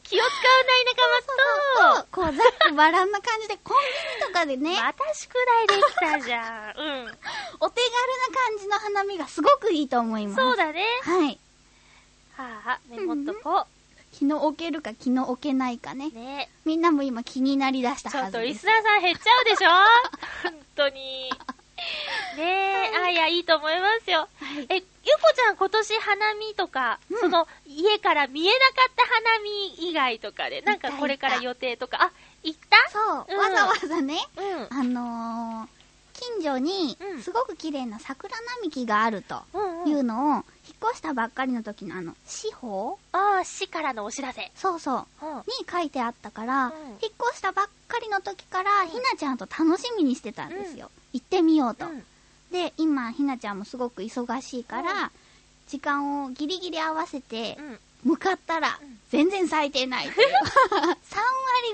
気を使わない仲間と、と、こう、ざっくばらんな感じで、コンビニとかでね、また宿題できたじゃん。うん。お手軽な感じの花見がすごくいいと思います。そうだね。はい。はあ、メモっとこ気の置けるか気の置けないかねう。。ねみんなも今気になりだしたちょはっずとリでスす。ナーさん減っちゃうでしょ本当 に。ねえ、あ、いや、いいと思いますよ。え、ゆこちゃん今年花見とか、うんその、家から見えなかった花見以外とかで、なんかこれから予定とか、あ、行ったそう、うんわざわざね、うん。あのー、近所にうんすごく綺麗な桜並木があるとうん、いうん。うのを、引っ越したばっかりの時のあの、司法ああ、市からのお知らせ。そうそう。うん。に書いてあったから、うん引っ越したばっかりの時から、ひなちゃんと楽しみにしてたんですよ。行ってみようと。うんで、今、ひなちゃんもすごく忙しいから、う時間をギリギリ合わせて、うん。向かったらうん、全然咲いてないという。3割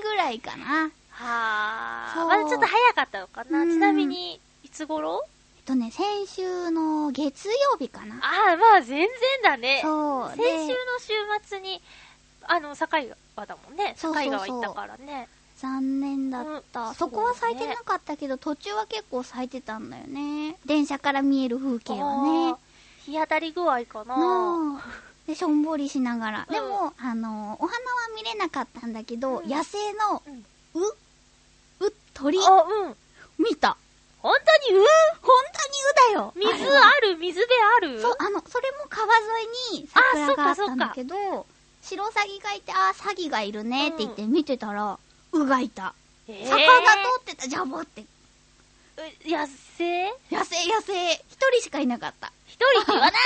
ぐらいかな。はそあ。うまだちょっと早かったのかな、うんちなみに、いつ頃えっとね、先週の月曜日かな。ああ、まあ全然だね。そう。先週ので、週末に、あの、境川だもんね。そ境うそうそう川行ったからね。残念だっうた。んそこは咲いてなかったけど、途中は結構咲いてたんだよね。電車から見える風景はねあ。ー日当たり具合かな。のでしょんぼりしながら、うんでもあのお花は見れなかったんだけど、うん野生のうんう、う鳥あ、うん。見た本当に、うー本当にうだよ水あある、水辺あれる。そうあのそれも川沿いに桜がああっそっかたんだけど白サギがいてあーサギがいるねって言って見てたら、うがいたえー魚通ってたジャボってう野生野生野生一人しかいなかった一人 って言わない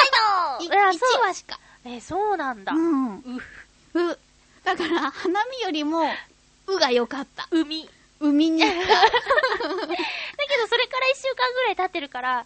のい一いやそう。羽しかえ、そうなんだ。うんうう、だから花見よりもうが良かった海。海に行っただけど、それから一週間ぐらい経ってるから、ん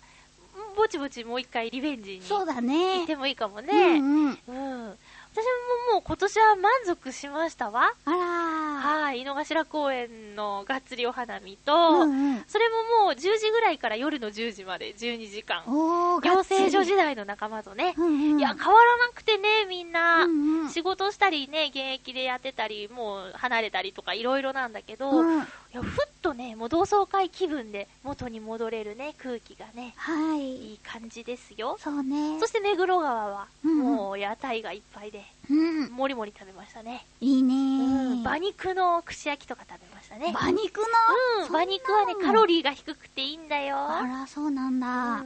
ぼちぼちもう一回リベンジ にそう行だね。ってもいいかもね。ううんうん。ん。私ももう今年は満足しましたわ。あはい、井の頭公園のがっつりお花見と、らー。うんうん。それももう10時ぐらいから夜の10時まで12時間。おー、養成所時時代の仲間とね。うんうん。いや、変わらなくてね、みんな。うんうん仕事したりね、現役でやってたり、もう離れたりとかいろいろなんだけど、いうん。やふっとね、もう同窓会気分で元に戻れるね、空気がね、はいい。い感じですよ。そうねそ。して目黒川は、うんうんもう屋台がいっぱいで、うん。もりもり食べましたね。いいねうん、ー。馬肉の串焼きとか食べましたね。馬肉のうん、馬肉はね、カロリー。リーが低くていいんだよ。あら、そうなんだ。うはん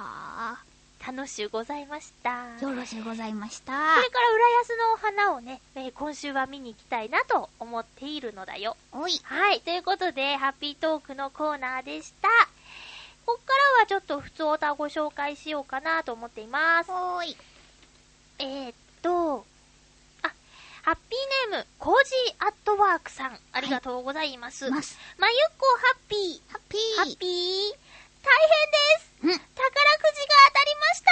あ。楽しゅうございました。よろしゅうございました。それから浦安のお花をね、えー今週は見に行きたいなと思っているのだよ。おい。はい、ということで、ハッピートークのコーナーでした。こっからはちょっと普通おたご紹介しようかなと思っています。おーい。えー、っと、あ、ハッピーネーム、コージーアットワークさん、ありがとうございます。まゆっます。こハッピー、ハッピー。ハッピー、大変ですうん。宝くじが当たりました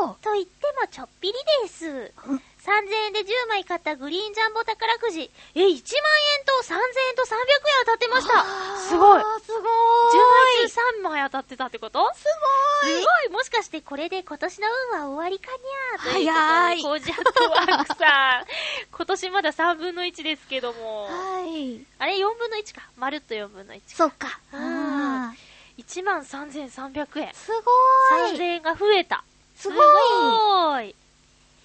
おーと言ってもちょっぴりです。うん3000円で10枚買ったグリーンジャンボ宝くじ、え、1万円と3000円と300円当たってましたあーすごい !10 すごーい。枚中3枚当たってたってことすすごーい。ごいもしかしてこれで今年の運は終わりかにゃ早ーいということで、コージアットワークさん。今年まだ3分の1ですけども。はい。あれ、4分の1か。まるっと4分の1。そっか。うんあー1万3300円。すご3000ーい。円が増えた。すごすい。ごい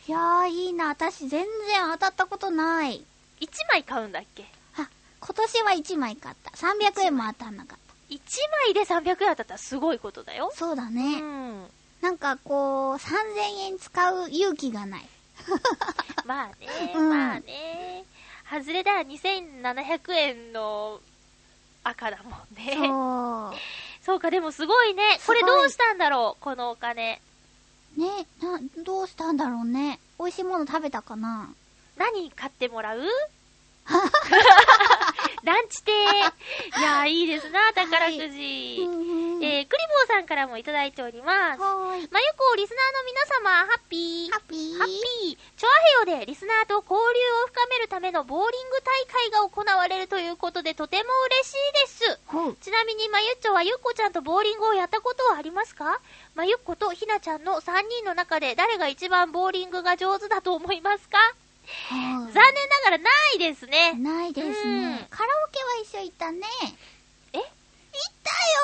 いやー、いいな。私、全然当たったことない。 1枚買うんだっけあ、今年は1枚買った。300円も当たんなかっ1枚で300円当たったらすごいことだよた。。そうだうね。ん。なんかこう、3000円使う勇気がない。まあね、 うんまあね。外れだら2700円の赤だもんね。そうそか、でもすごいね。こすごいれどうしたんだろうこのお金。う。ね、な、どうしたんだろうね。美味しいもの食べたかな何買っても らうランチ亭。いやー、いいですな、宝くうじ。んうんえー、クリボーさんからもいただいております。はーい。まゆこ、リスナーの皆様、ハッピー。ハッピー。ハッピーチョアヘヨでリスナーと交流を深めるためのボーリング大会が行われるということでとても嬉しいですほう。ちなみにまゆっちょはゆっこちゃんとボーリングをやったことはありますかまゆっことひなちゃんの3人の中で誰が一番ボーリングが上手だと思いますかは残念ーながらないですいねないですうんね。カラオケは一緒行ったね。え行ったよ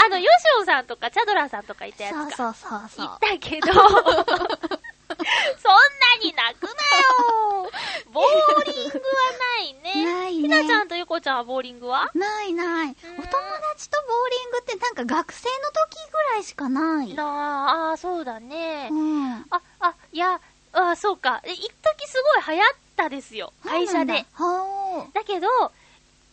えあの、ヨシオさんとかチャドラさんとかいたやつかそうそうそうそう。行ったけど そんなに泣くなよボーリングはないね ないね。ひなちゃんとゆこちゃんはボーリングはないない。お友達とボーリングってなんか学生の時ぐらいしかない。なあ、あーそうだねう。ん。あ、あ、いや、あそうか。え一時すごい流行ったですよ。会社で。ほう。だけど、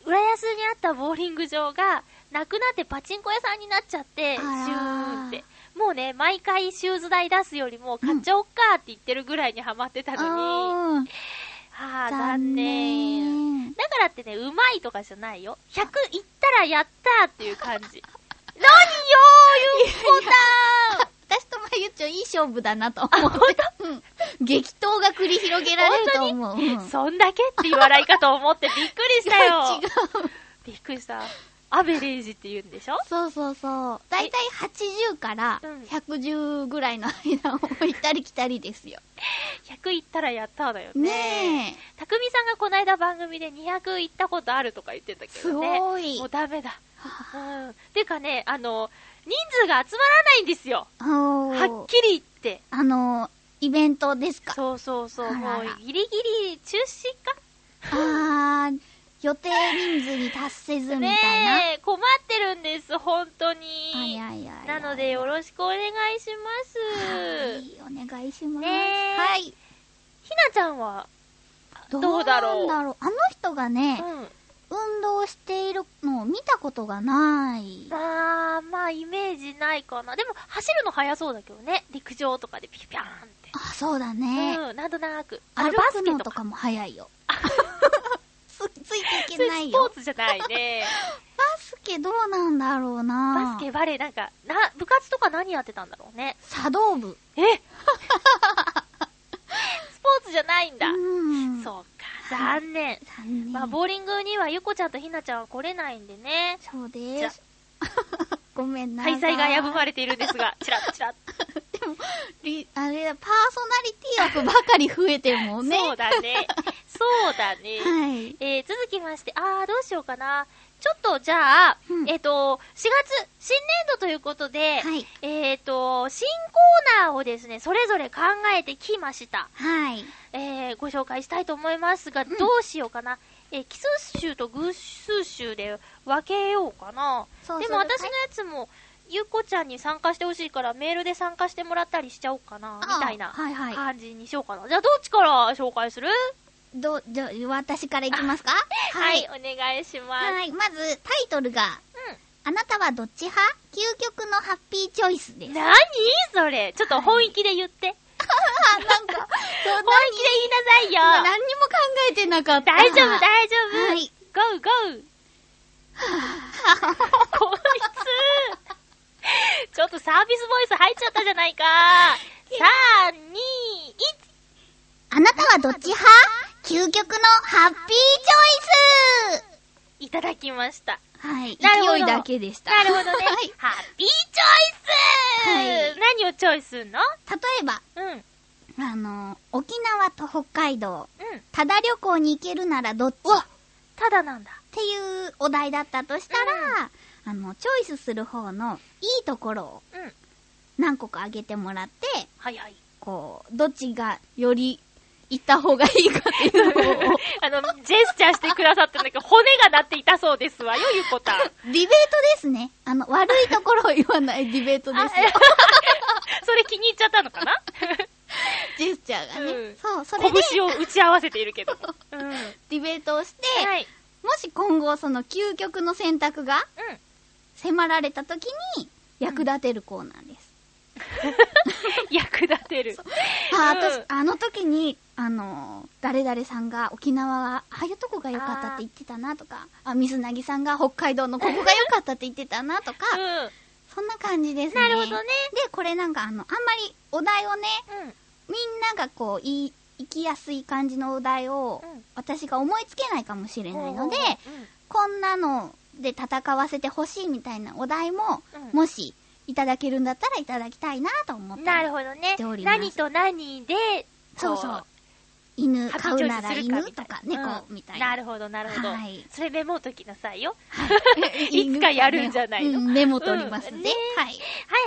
浦安にあったボーリング場が、なくなってパチンコ屋さんになっちゃって、シュあらーンって。もうね、毎回シューズ代出すよりも、買っちゃおっかって言ってるぐらいにハマってたのに、うんはあ、残残念。念。だからってね、うまいとかじゃないよ。100いったらやったーっていう感じ。何よー、ゆっこたん 私とまゆっちょいい勝負だなと思う。うん激闘が繰り広げられると思う。うんそんだけっていう笑いかと思ってびっくりしたよ。 違う。びっくりした。アベレージって言うんでしょそうそうそう。だいたい80からうん110ぐらいの間を行ったり来たりですよ。 100行ったらやったーだよね。ねえ。たくみさんがこの間番組で200行ったことあるとか言ってたけすどね。ごいもう。ダメだ。うん。てかね、あの、人数が集まらないんですよ。おーはっきり言って。あの、イベントですか。そうそうそう。あらもらうギリギリ中止かあー、予定人数に達せずみたいな。ねえ、困ってるんです、本当あいに。やいやいなやのでよろしくお願いします。はい、お願いします。ねえはい。ひなちゃんは、どうだろうなんだろう。あの人がね、うん。運動しているのを見たことがない。まあ、まあ、イメージないかな。でも、走るの速そうだけどね。陸上とかでピュピャーンって。あ、そうだね。うん、なんとなく。歩バくスケのととか。かも 早いよ。つついていそけれないスポよー。ツじゃないね。バスケどうなんだ ろうなバスケ、バレー、なんか、な、部活とか何やってたんだろうね。茶道部。 えスポーツじゃないんだ。うん。う。そうか、残念。残念。まあ、ボーリングにはゆこちゃんとひなちゃんは来れないんでね。そうじでゃす。 ごめんなさ開い。催が危ぶまれ。れているんですが、チラッチラッ。りあれ、パーソナリティ枠ばかり増えてもね。そうだね。そうだね。はい。えー続きまして、あー、どうしようかな。ちょっと、じゃあ、うんえっ、と、4月、新年度ということで、はい。えっ、と、新コーナーをですね、それぞれ考えてきました。はい。えーご紹介したいと思いますが、んどうしようかな。えー奇数集と偶数集で分けようかな。そうでも私のやつも、ゆっこちゃんに参加してほしいから、メールで参加してもらったりしちゃおうかな、みたいなはいはい。感じにしようかな。じゃあ、どっちから紹介するどう、じゃあ、私からいきますかは、。はいお願いします。はい。まず、タイトルが、うんあなたはどっち派究極のハッピーチョイスです。なにそれちょっと本気で言って。あ、なんか、そ本ん気で言いな今さいよ何にも考えてなかった。大丈夫、大丈夫、はい !Go, go! こいつちょっとサービスボイス入っちゃったじゃないか !3、2、あなたはどっち派究極のハッピーチョイス 1! いただきました。はい。なるほど勢いだけでした。なるほどね。はい。ハッピーチョイス、は何をチョイスすんの例えば、うん、うん。あの、沖縄と北海道、ただ旅行に行けるならどっちわただなんだ。っていうお題だったとしたら、あの、チョイスする方のいいところをうん。何個かあげてもらって、はい はい。、こう、どっちがより行った方がいいかっていうの をあの、ジェスチャーしてくださってんだけど、骨が鳴って痛そうですわよ、ゆこたん。ディベートですね。あの、悪いところを言わないディベートですよ。それ気に入っちゃったのかなジェスチャーがね。うんそう、それで拳を打ち合わせているけ ど。うん。はディベートをして、い。もし今後その究極の選択が うん。迫られた時に役立てるコーナーです。役立てる。あうんあとあの時に、あの、誰々さんが沖縄は、ああいうとこが良かったって言ってたなとか、あ、水なぎさんが北海道のここが良かったって言ってたなとかう、ん。そんな感じですね。なるほどね。で、これなんかあの、あんまりお題をね、うん。みんながこう、い、行きやすい感じのお題を、うん私が思いつけないかもしれないので、うんこんなので戦わせてほしいみたいなお題も、うんもし、いただけるんだったらいただきたいなと思って。なるほどねしてお。ります何と何で、そうそうこ。犬ハッピーチ飼ョうイなスらするか犬みたといかな猫うんみたいな。なるほど、なるほどはい。それメモっときなさいよ。 犬いつかやるんじゃないのうんメモ取りますうんねね。はい。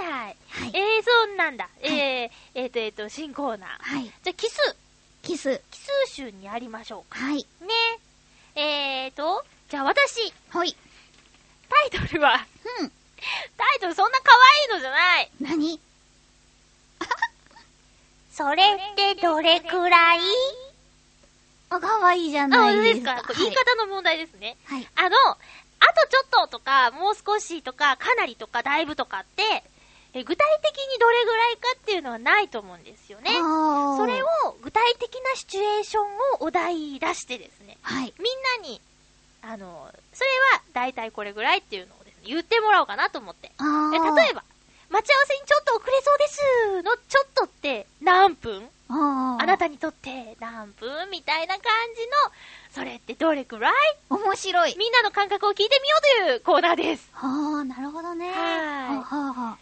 はいはい。はい。えー、そんなんだ。えー、えっと、えっと、新コーナー。はい。じゃあ、奇数。キス。奇数集にやりましょうか。はい。ね。えーと、じゃあ私、ほい。タイトルは、うん。タイトルそんな可愛いのじゃない何それってどれくらいあ、かわいいじゃあ、な本い当でですすか。か。これ言い方の問題ですね。はい。はい。あの、あとちょっととか、もう少しとか、かなりとか、だいぶとかって、え具体的にどれぐらいかっていうのはないと思うんですよね。あーそれを、具体的なシチュエーションをお題出してですね、はい。みんなに、あの、それは大体これぐらいっていうのをですね、言ってもらおうかなと思って。えあー例えば、待ち合わせにちょっと遅れそうですのちょっとって何分あーあなたにとって何分みたいな感じの、それってどれくらい面白い。みんなの感覚を聞いてみようというコーナーです。はあ、なるほどね。はいはあ、はあ、は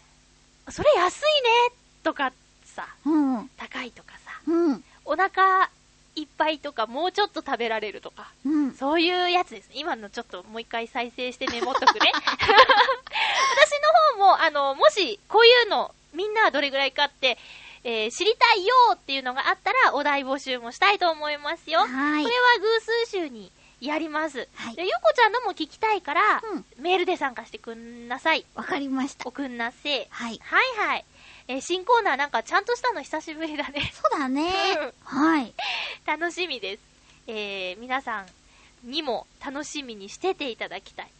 あ。それ安いねとかさ、うん。高いとかさ、うん。お腹いっぱいとかもうちょっと食べられるとか、うん。そういうやつですね。今のちょっともう一回再生してメモっとく ね。私の方も、あの、もしこういうのみんなはどれぐらいかって、えー知りたいよっていうのがあったらお題募集もしたいと思いますよ。はこーれいは。偶数集にやります。はいでゆうこちゃんのも聞きたいから、うんメールで参加してくんなさい。わかりました。おくんなせい。はい。はいはい。えー新コーナーなんかちゃんとしたの久しぶりだね。そうだねうん。はい。楽しみです。えー、皆さんにも楽しみにしてていただきたい。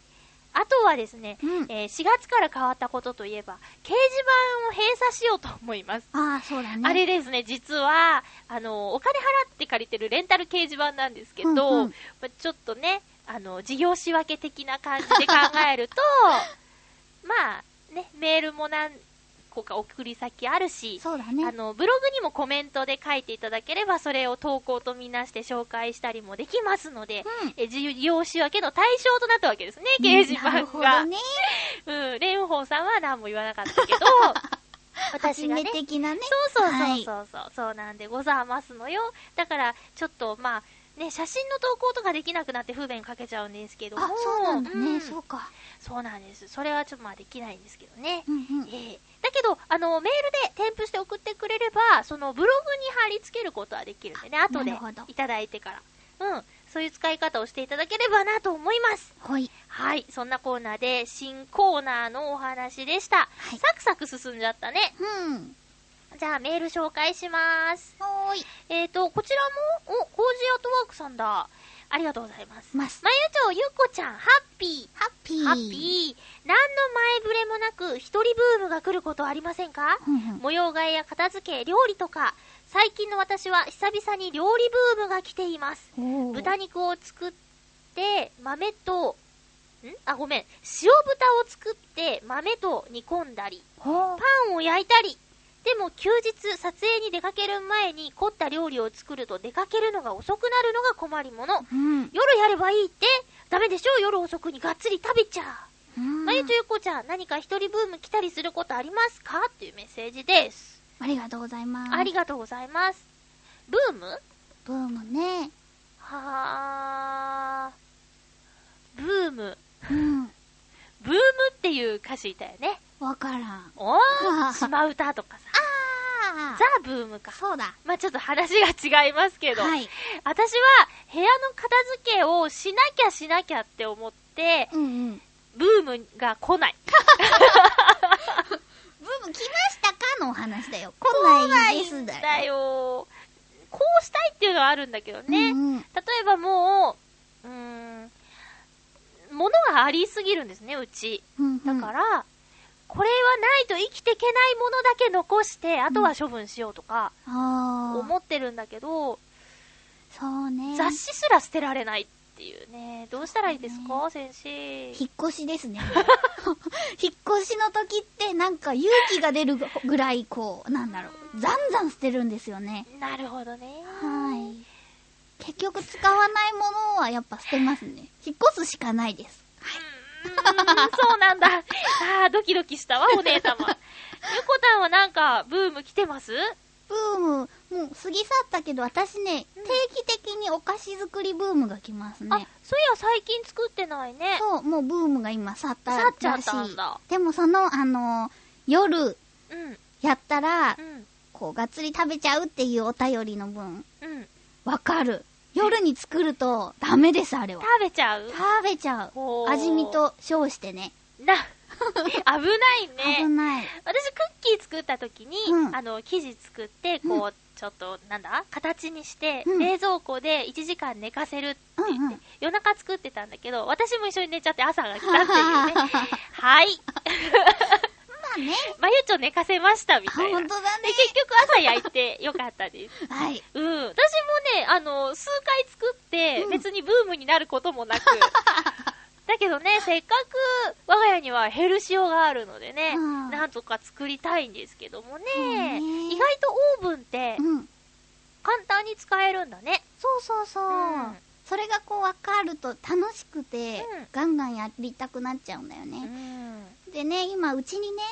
あとはですね、うんえー4月から変わったことといえば、掲示板を閉鎖しようと思います。ああ、そうだね。あれですね、実は、あの、お金払って借りてるレンタル掲示板なんですけど、うんうんまあちょっとね、あの、事業仕分け的な感じで考え ると、まあ、ね、メールも何個か送り先あるし、そうだあね。のブログにもコメントで書いていただければそれを投稿とみなして紹介したりもできますので、うんえ事業仕分けの対象となったわけですね掲示な板るほが、どね。うん蓮舫さんは何も言わなかった けど初私がめね的なね。そうそうはそういそうそう、そうなんでございますのよだからちょっとまあね写真の投稿とかできなくなって不便かけちゃうんですけどもあ、そうなんだうね。んそうか。そうなんですそれはちょっとまあできないんですけどね、うんうん。ええだけど、あの、メールで添付して送ってくれれば、そのブログに貼り付けることはできるんでね、後でなるほどいただいてから。うん。そういう使い方をしていただければなと思います。ほい。はい。そんなコーナーで、新コーナーのお話でした。はいサクサク進んじゃったね。うん。じゃあメール紹介します。ほーい。えーと、こちらも、お、コージーアートワークさんだ。ありがとうございます。まます。ゆちょうゆうこちゃん、ハッピー。ハッピー。ハッピー。何の前触れもなく、一人ブームが来ることありませんかうんうん模様替えや片付け、料理とか、最近の私は久々に料理ブームが来ています。おー豚肉を作って、豆と、んあ、ごめん。塩豚を作って、豆と煮込んだり、ほーパンを焼いたり、でも休日撮影に出かける前に凝った料理を作ると出かけるのが遅くなるのが困りもの。うん。夜やればいいってダメでしょ夜遅くにがっつり食べちゃうんう。まゆとゆこちゃん、何か一人ブーム来たりすることありますかっていうメッセージです。ありがとうございます。ありがとうございます。ブームブームね。はー。ブーム。うん。ブームっていう歌詞いたよね。わからん。おー、島唄とか さ。あーザ・ブームか。そうだ。まあちょっと話が違いますけど。はい。私は部屋の片付けをしなきゃしなきゃって思って、うんうん。ブームが来ない。ブーム来ましたかのお話だよ。来ないですだよ。だよこうしたいっていうのはあるんだけどね。うんうん例えばもう、うーん、物がありすぎるんですね、うち。うんうだんから、これはないと生きていけないものだけ残して、あとは処分しようとかあー思ってるんだけど、そうね。雑誌すら捨てられないっていうね、どうしたらいいですか、先生。引っ越しですね。 引っ越しの時ってなんか勇気が出るぐらいこう、なんだろう、ざんざん捨てるんですよね。なるほどね。はい。結局使わないものはやっぱ捨てますね。引っ越すしかないです。うーんそうなんだ。あードキドキしたわ、お姉様。ゆこたんはなんか、ブーム来てますブーム、もう過ぎ去ったけど私ね、うん定期的にお菓子作りブームが来ますねあ。、そういや最近作ってないね。そう、もうブームが今去った去っちゃらっしたんい。だ。でもその、あの、夜うん、やったら、うん、こう、がっつり食べちゃうっていうお便りの分、うん。わかる。夜に作ると、ダメです、あれは食。べちゃう 食べちゃほうう。味見と称してね。な、危ないね。危ない。私クッキー作った時に、うんあの生地作ってこう、ちょっとなんだ形にして、うん冷蔵庫で1時間寝かせるって言って、うんうん夜中作ってたんだけど私も一緒に寝ちゃって朝が来た っていうねはいまあね。まゆちょ寝かせましたみあ、たい本な当だで。ね結局朝焼いてよかったですはい。うん私もねあの数回作って、うん別にブームになることも なくだけどねせっかく我が家にはヘルシオがあるのでね、うんなんとか作りたいんですけどもねそうね意外とオーブンってうん。簡単に使えるんだねそうそうそう。うんそれがこう分かると楽しくて、うんガンガンやりたくなっちゃうんだようね、ん。でね今うちにね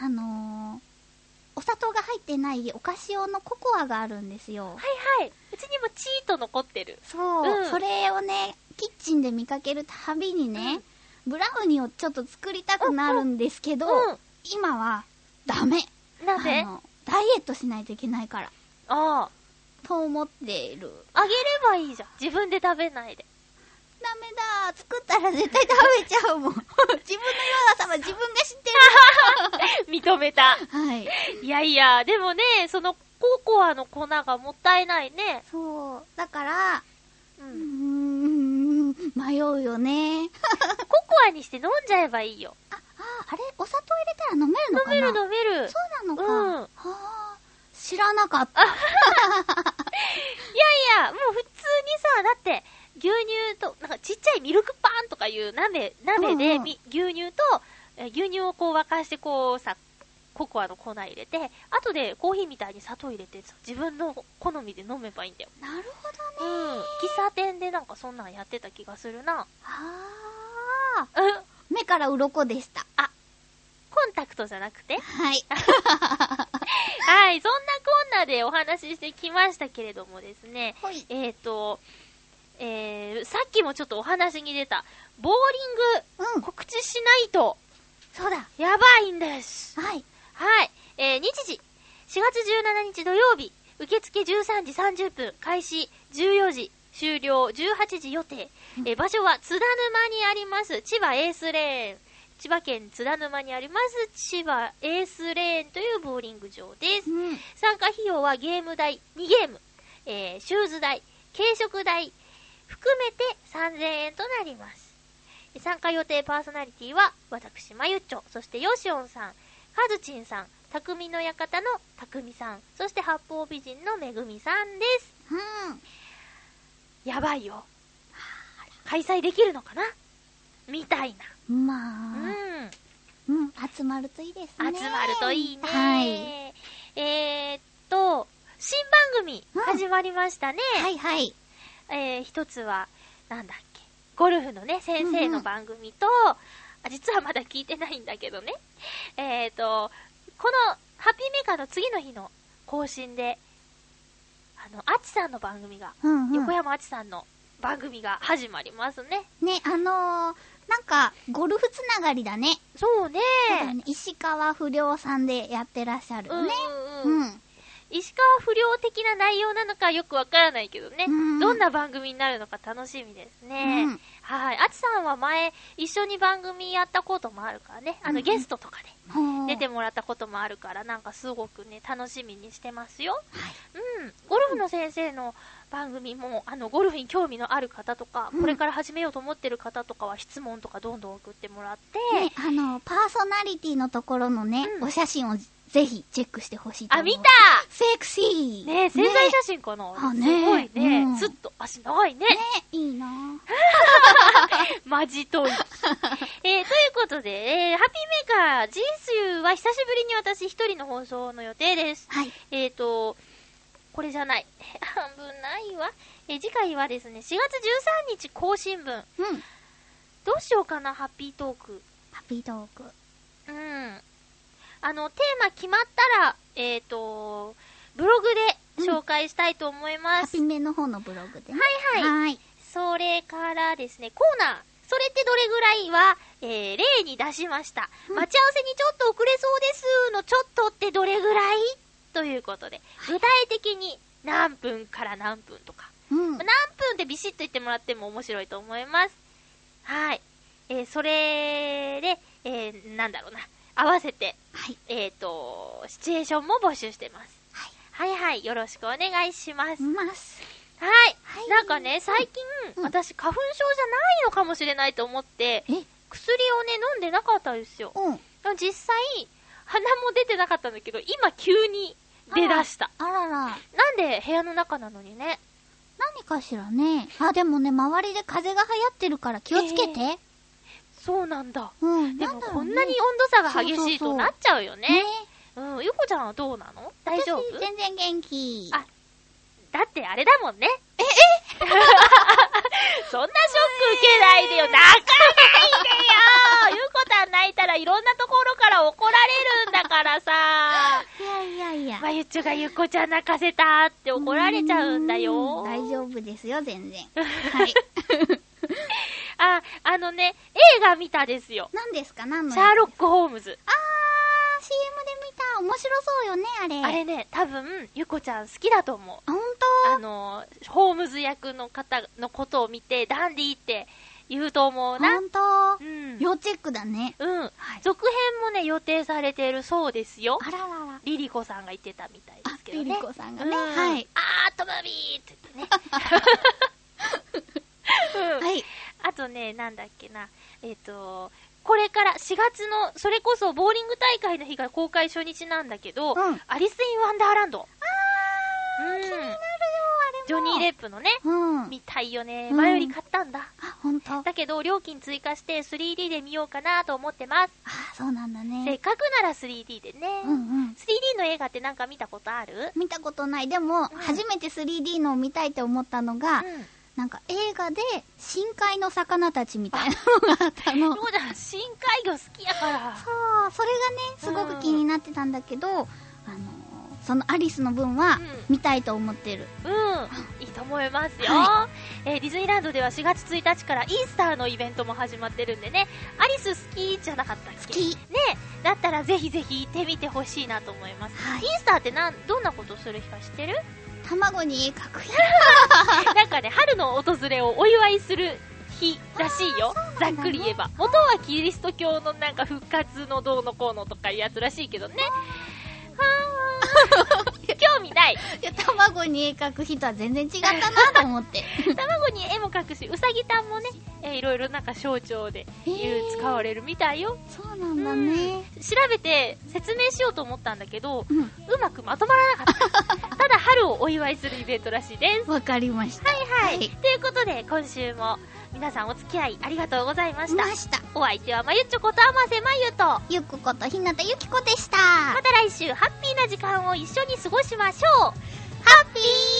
あのーお砂糖が入ってないお菓子用のココアがあるんですよはいはい。うちにもチート残ってる。そう、うんそれをねキッチンで見かけるたびにね、ブラウニーをちょっと作りたくなるんですけど、う今はダメん。なぜあのダイエットしないといけないからああ。と思っているあげればいいじゃん。自分で食べない で。ダメだ作ったら絶対食べちゃうもん 自分のようなさは自分が知って認めた。るはいいやいや、でもね、そのココアの粉がもったいないね。そうだからううーん。ん迷うよねココアにして飲んじゃえばいいよ。あああれお砂糖入れたら飲めるの飲かなめる飲める。そうなのか、うんはあ知らなかったいやいや、もう普通にさ、だって、牛乳と、なんかちっちゃいミルクパンとかいう鍋、鍋うんでうんみ、牛乳と、え牛乳をこう沸かして、こうさ、ココアの粉入れて、あとでコーヒーみたいに砂糖入れてさ、自分の好みで飲めばいいんだよ。なるほうどねん。喫茶店でなんかそんなんやってた気がするな。はあうん。目から鱗でしたコンタクトじゃなくてはいはい、そんなこんなでお話ししてきましたけれどもですね、ほいえっ、と、えー、さっきもちょっとお話に出た、ボーリンうんグ告知しないと、そうだやばいんです。はいはい。えー、日時、4月17日土曜日、受付13時30分、開始14時、終了18時予定。えー場所は津田沼にあります、千葉エースレーン。千葉県津田沼にあります、千葉エースレーンというボーリング場です。うん参加費用はゲーム代2ゲーム、えーシューズ代、軽食代含めて3000円となります。参加予定パーソナリティは、私、まゆっちょ、そしてよしおんさん、かずちんさん、たくみの館のたくみさん、そして八方美人のめぐみさんです。うんやばいよ。開催できるのかなみたいな。まあ、うん。うん、集まるといいですね。集まるといいね。はい。えー、っと、新番組うん始まりましたね。はいはい。えー、一つは、なんだっけ、ゴルフのね、先生の番組と、あ実はまだ聞いてないんだけどね、えー、と、この、ハッピーメーカーの次の日の更新で、あの、あちさんの番組が、うんうん。横山あちさんの番組が始まりますね。ね、あのー、なんか、ゴルフつながりだね。そうね。そうだね石川不良さんでやってらっしゃるよね。うんうんうんうん。石川不良的な内容なのかよくわからないけどね、うんどんな番組になるのか楽しみですね。うんはい。あちさんは前、一緒に番組やったこともあるからね、あうんうのんゲストとかでほう出てもらったこともあるから、なんかすごくね、楽しみにしてますよ。はいうん。ゴルフの先生の番組も、あの、ゴルフに興味のある方とか、うんこれから始めようと思ってる方とかは質問とかどんどん送ってもらって、ね、あの、パーソナリティのところのね、うんお写真をぜひチェックしてほしいとあ、思見う。たセクシーねえ、潜在写真かな、あねすごいね。うんずっと、足長いね。ねいいなマジ とい。えーということで、えーハッピーメーカー、人数は久しぶりに私一人の放送の予定です。はい。えーと、これじゃない。 危ないわ。えー次回はですね、4月13日更新分。うん。どうしようかな、ハッピートーク。ハッピートーク。うん。あの、テーマ決まったら、えーと、ブログで紹介したいと思いハまッす。ピメの方のブログでね。はいはいはい。それからですね、コーナー。それってどれぐらいは、えー、例に出しました。うん待ち合わせにちょっと遅れそうですのちょっとってどれぐらいということで、具体的に何分から何分とか。うん。何分でビシッと言ってもらっても面白いと思います。はい。えー、それで、えー、なんだろうな。合わせて、はい。えっ、と、シチュエーションも募集してます。ははいはい。よろしくお願いしますい。。ます。はい。はいなんかね、最近、うん私、花粉症じゃないのかもしれないと思って、え、薬をね、飲んでなかったんですよ。うん。実際、鼻も出てなかったんだけど、今急に出だした。あらら。なんで部屋の中なのにね。何かしらね。あ、でもね、周りで風邪が流行ってるから気をつけて。そうなんだ。うん。でなも、だろこうんねなに温度差が激しいそうそうそとうなっちゃうよねね。うん、ゆこちゃんはどうなの大丈夫私全然元気。 あだってあれだもんね。え、そんなショック受けないでよ。泣かないでよ。ゆうこたん泣いたらいろんなところから怒られるんだから さ。いやいやいやま。ゆっちょがゆっこちゃん泣かせたって怒られちゃうんだよ。うーん大丈夫ですよ、全然。はい。あ、あのね、映画見たですよ。何ですか何のシャーロック・ホームズ。あー、CM で見た。面白そうよね、あれ。あれね、多分、ゆこちゃん好きだと思う。あほんあの、ホームズ役の方のことを見て、ダンディって言うと思うとな。ほうんとん。要チェックだね。うん。はい。続編もね、予定されてるそうですよ。あららら。リリコさんが言ってたみたいであす、けどリね。リコさんがね。うんはい。。アートムービーって言ってね。うん はい。あとね、なんだっけな、えっ、と、これから4月の、それこそボーリング大会の日が公開初日なんだけど、うんアリス・イン・ワンダーランド。あうん、ー、ジョニー・レデップのね、うん。見たいよね。うん前より買ったんだ。あ、ほんと。あだけど、料金追加して 3D で見ようかなと思ってます。ー、そうなんだせねっ。かくなら 3D でね。うんうん。 3D の映画ってなんか見たことある見たことない。でも、初めて 3D のを見たいって思ったのが、うん。なんか映画で深海の魚たちみたいなのがあったの。 そそうだ、深海魚好きやから。う、それがね、すごく気になってたんだけど、あのー、そのアリスの分はうん見たいと思ってる。うん、いいと思いますよ、はえーディズニーランドでは4月1日からイースターのイベントも始まってるんでね、アリス好きじゃなかったっけ好きねだったらぜひぜひ行ってみてほしいなと思います。はイいースターってなんどんなことする日か知ってる卵に絵描く やなんかね、春の訪れをお祝いする日らしいよ、ーそうざなっんだねくり言えば。元はキリスト教のなんか復活のどうのこうのとかいうやつらしいけどね。はー 興味ないついや卵に絵描く人は全然違ったなと思って。卵に絵も描くし、うさぎたんもね、えーいろいろなんか象徴で言うへー使われるみたいよ。 そうなんだね。調べて説明しようと思ったんだけど、うん。うまくまとまらなか った。ただ春をお祝いするイベントらしいです。わかりました。はいはい。はいということで、今週も皆さんお付き合いありがとうございました。ました。お相手はまゆっちょことあませまゆと、まゆっこことひなたゆきこでした。た来週ハッピーな時間を一緒に過ごしましょう。ハッピー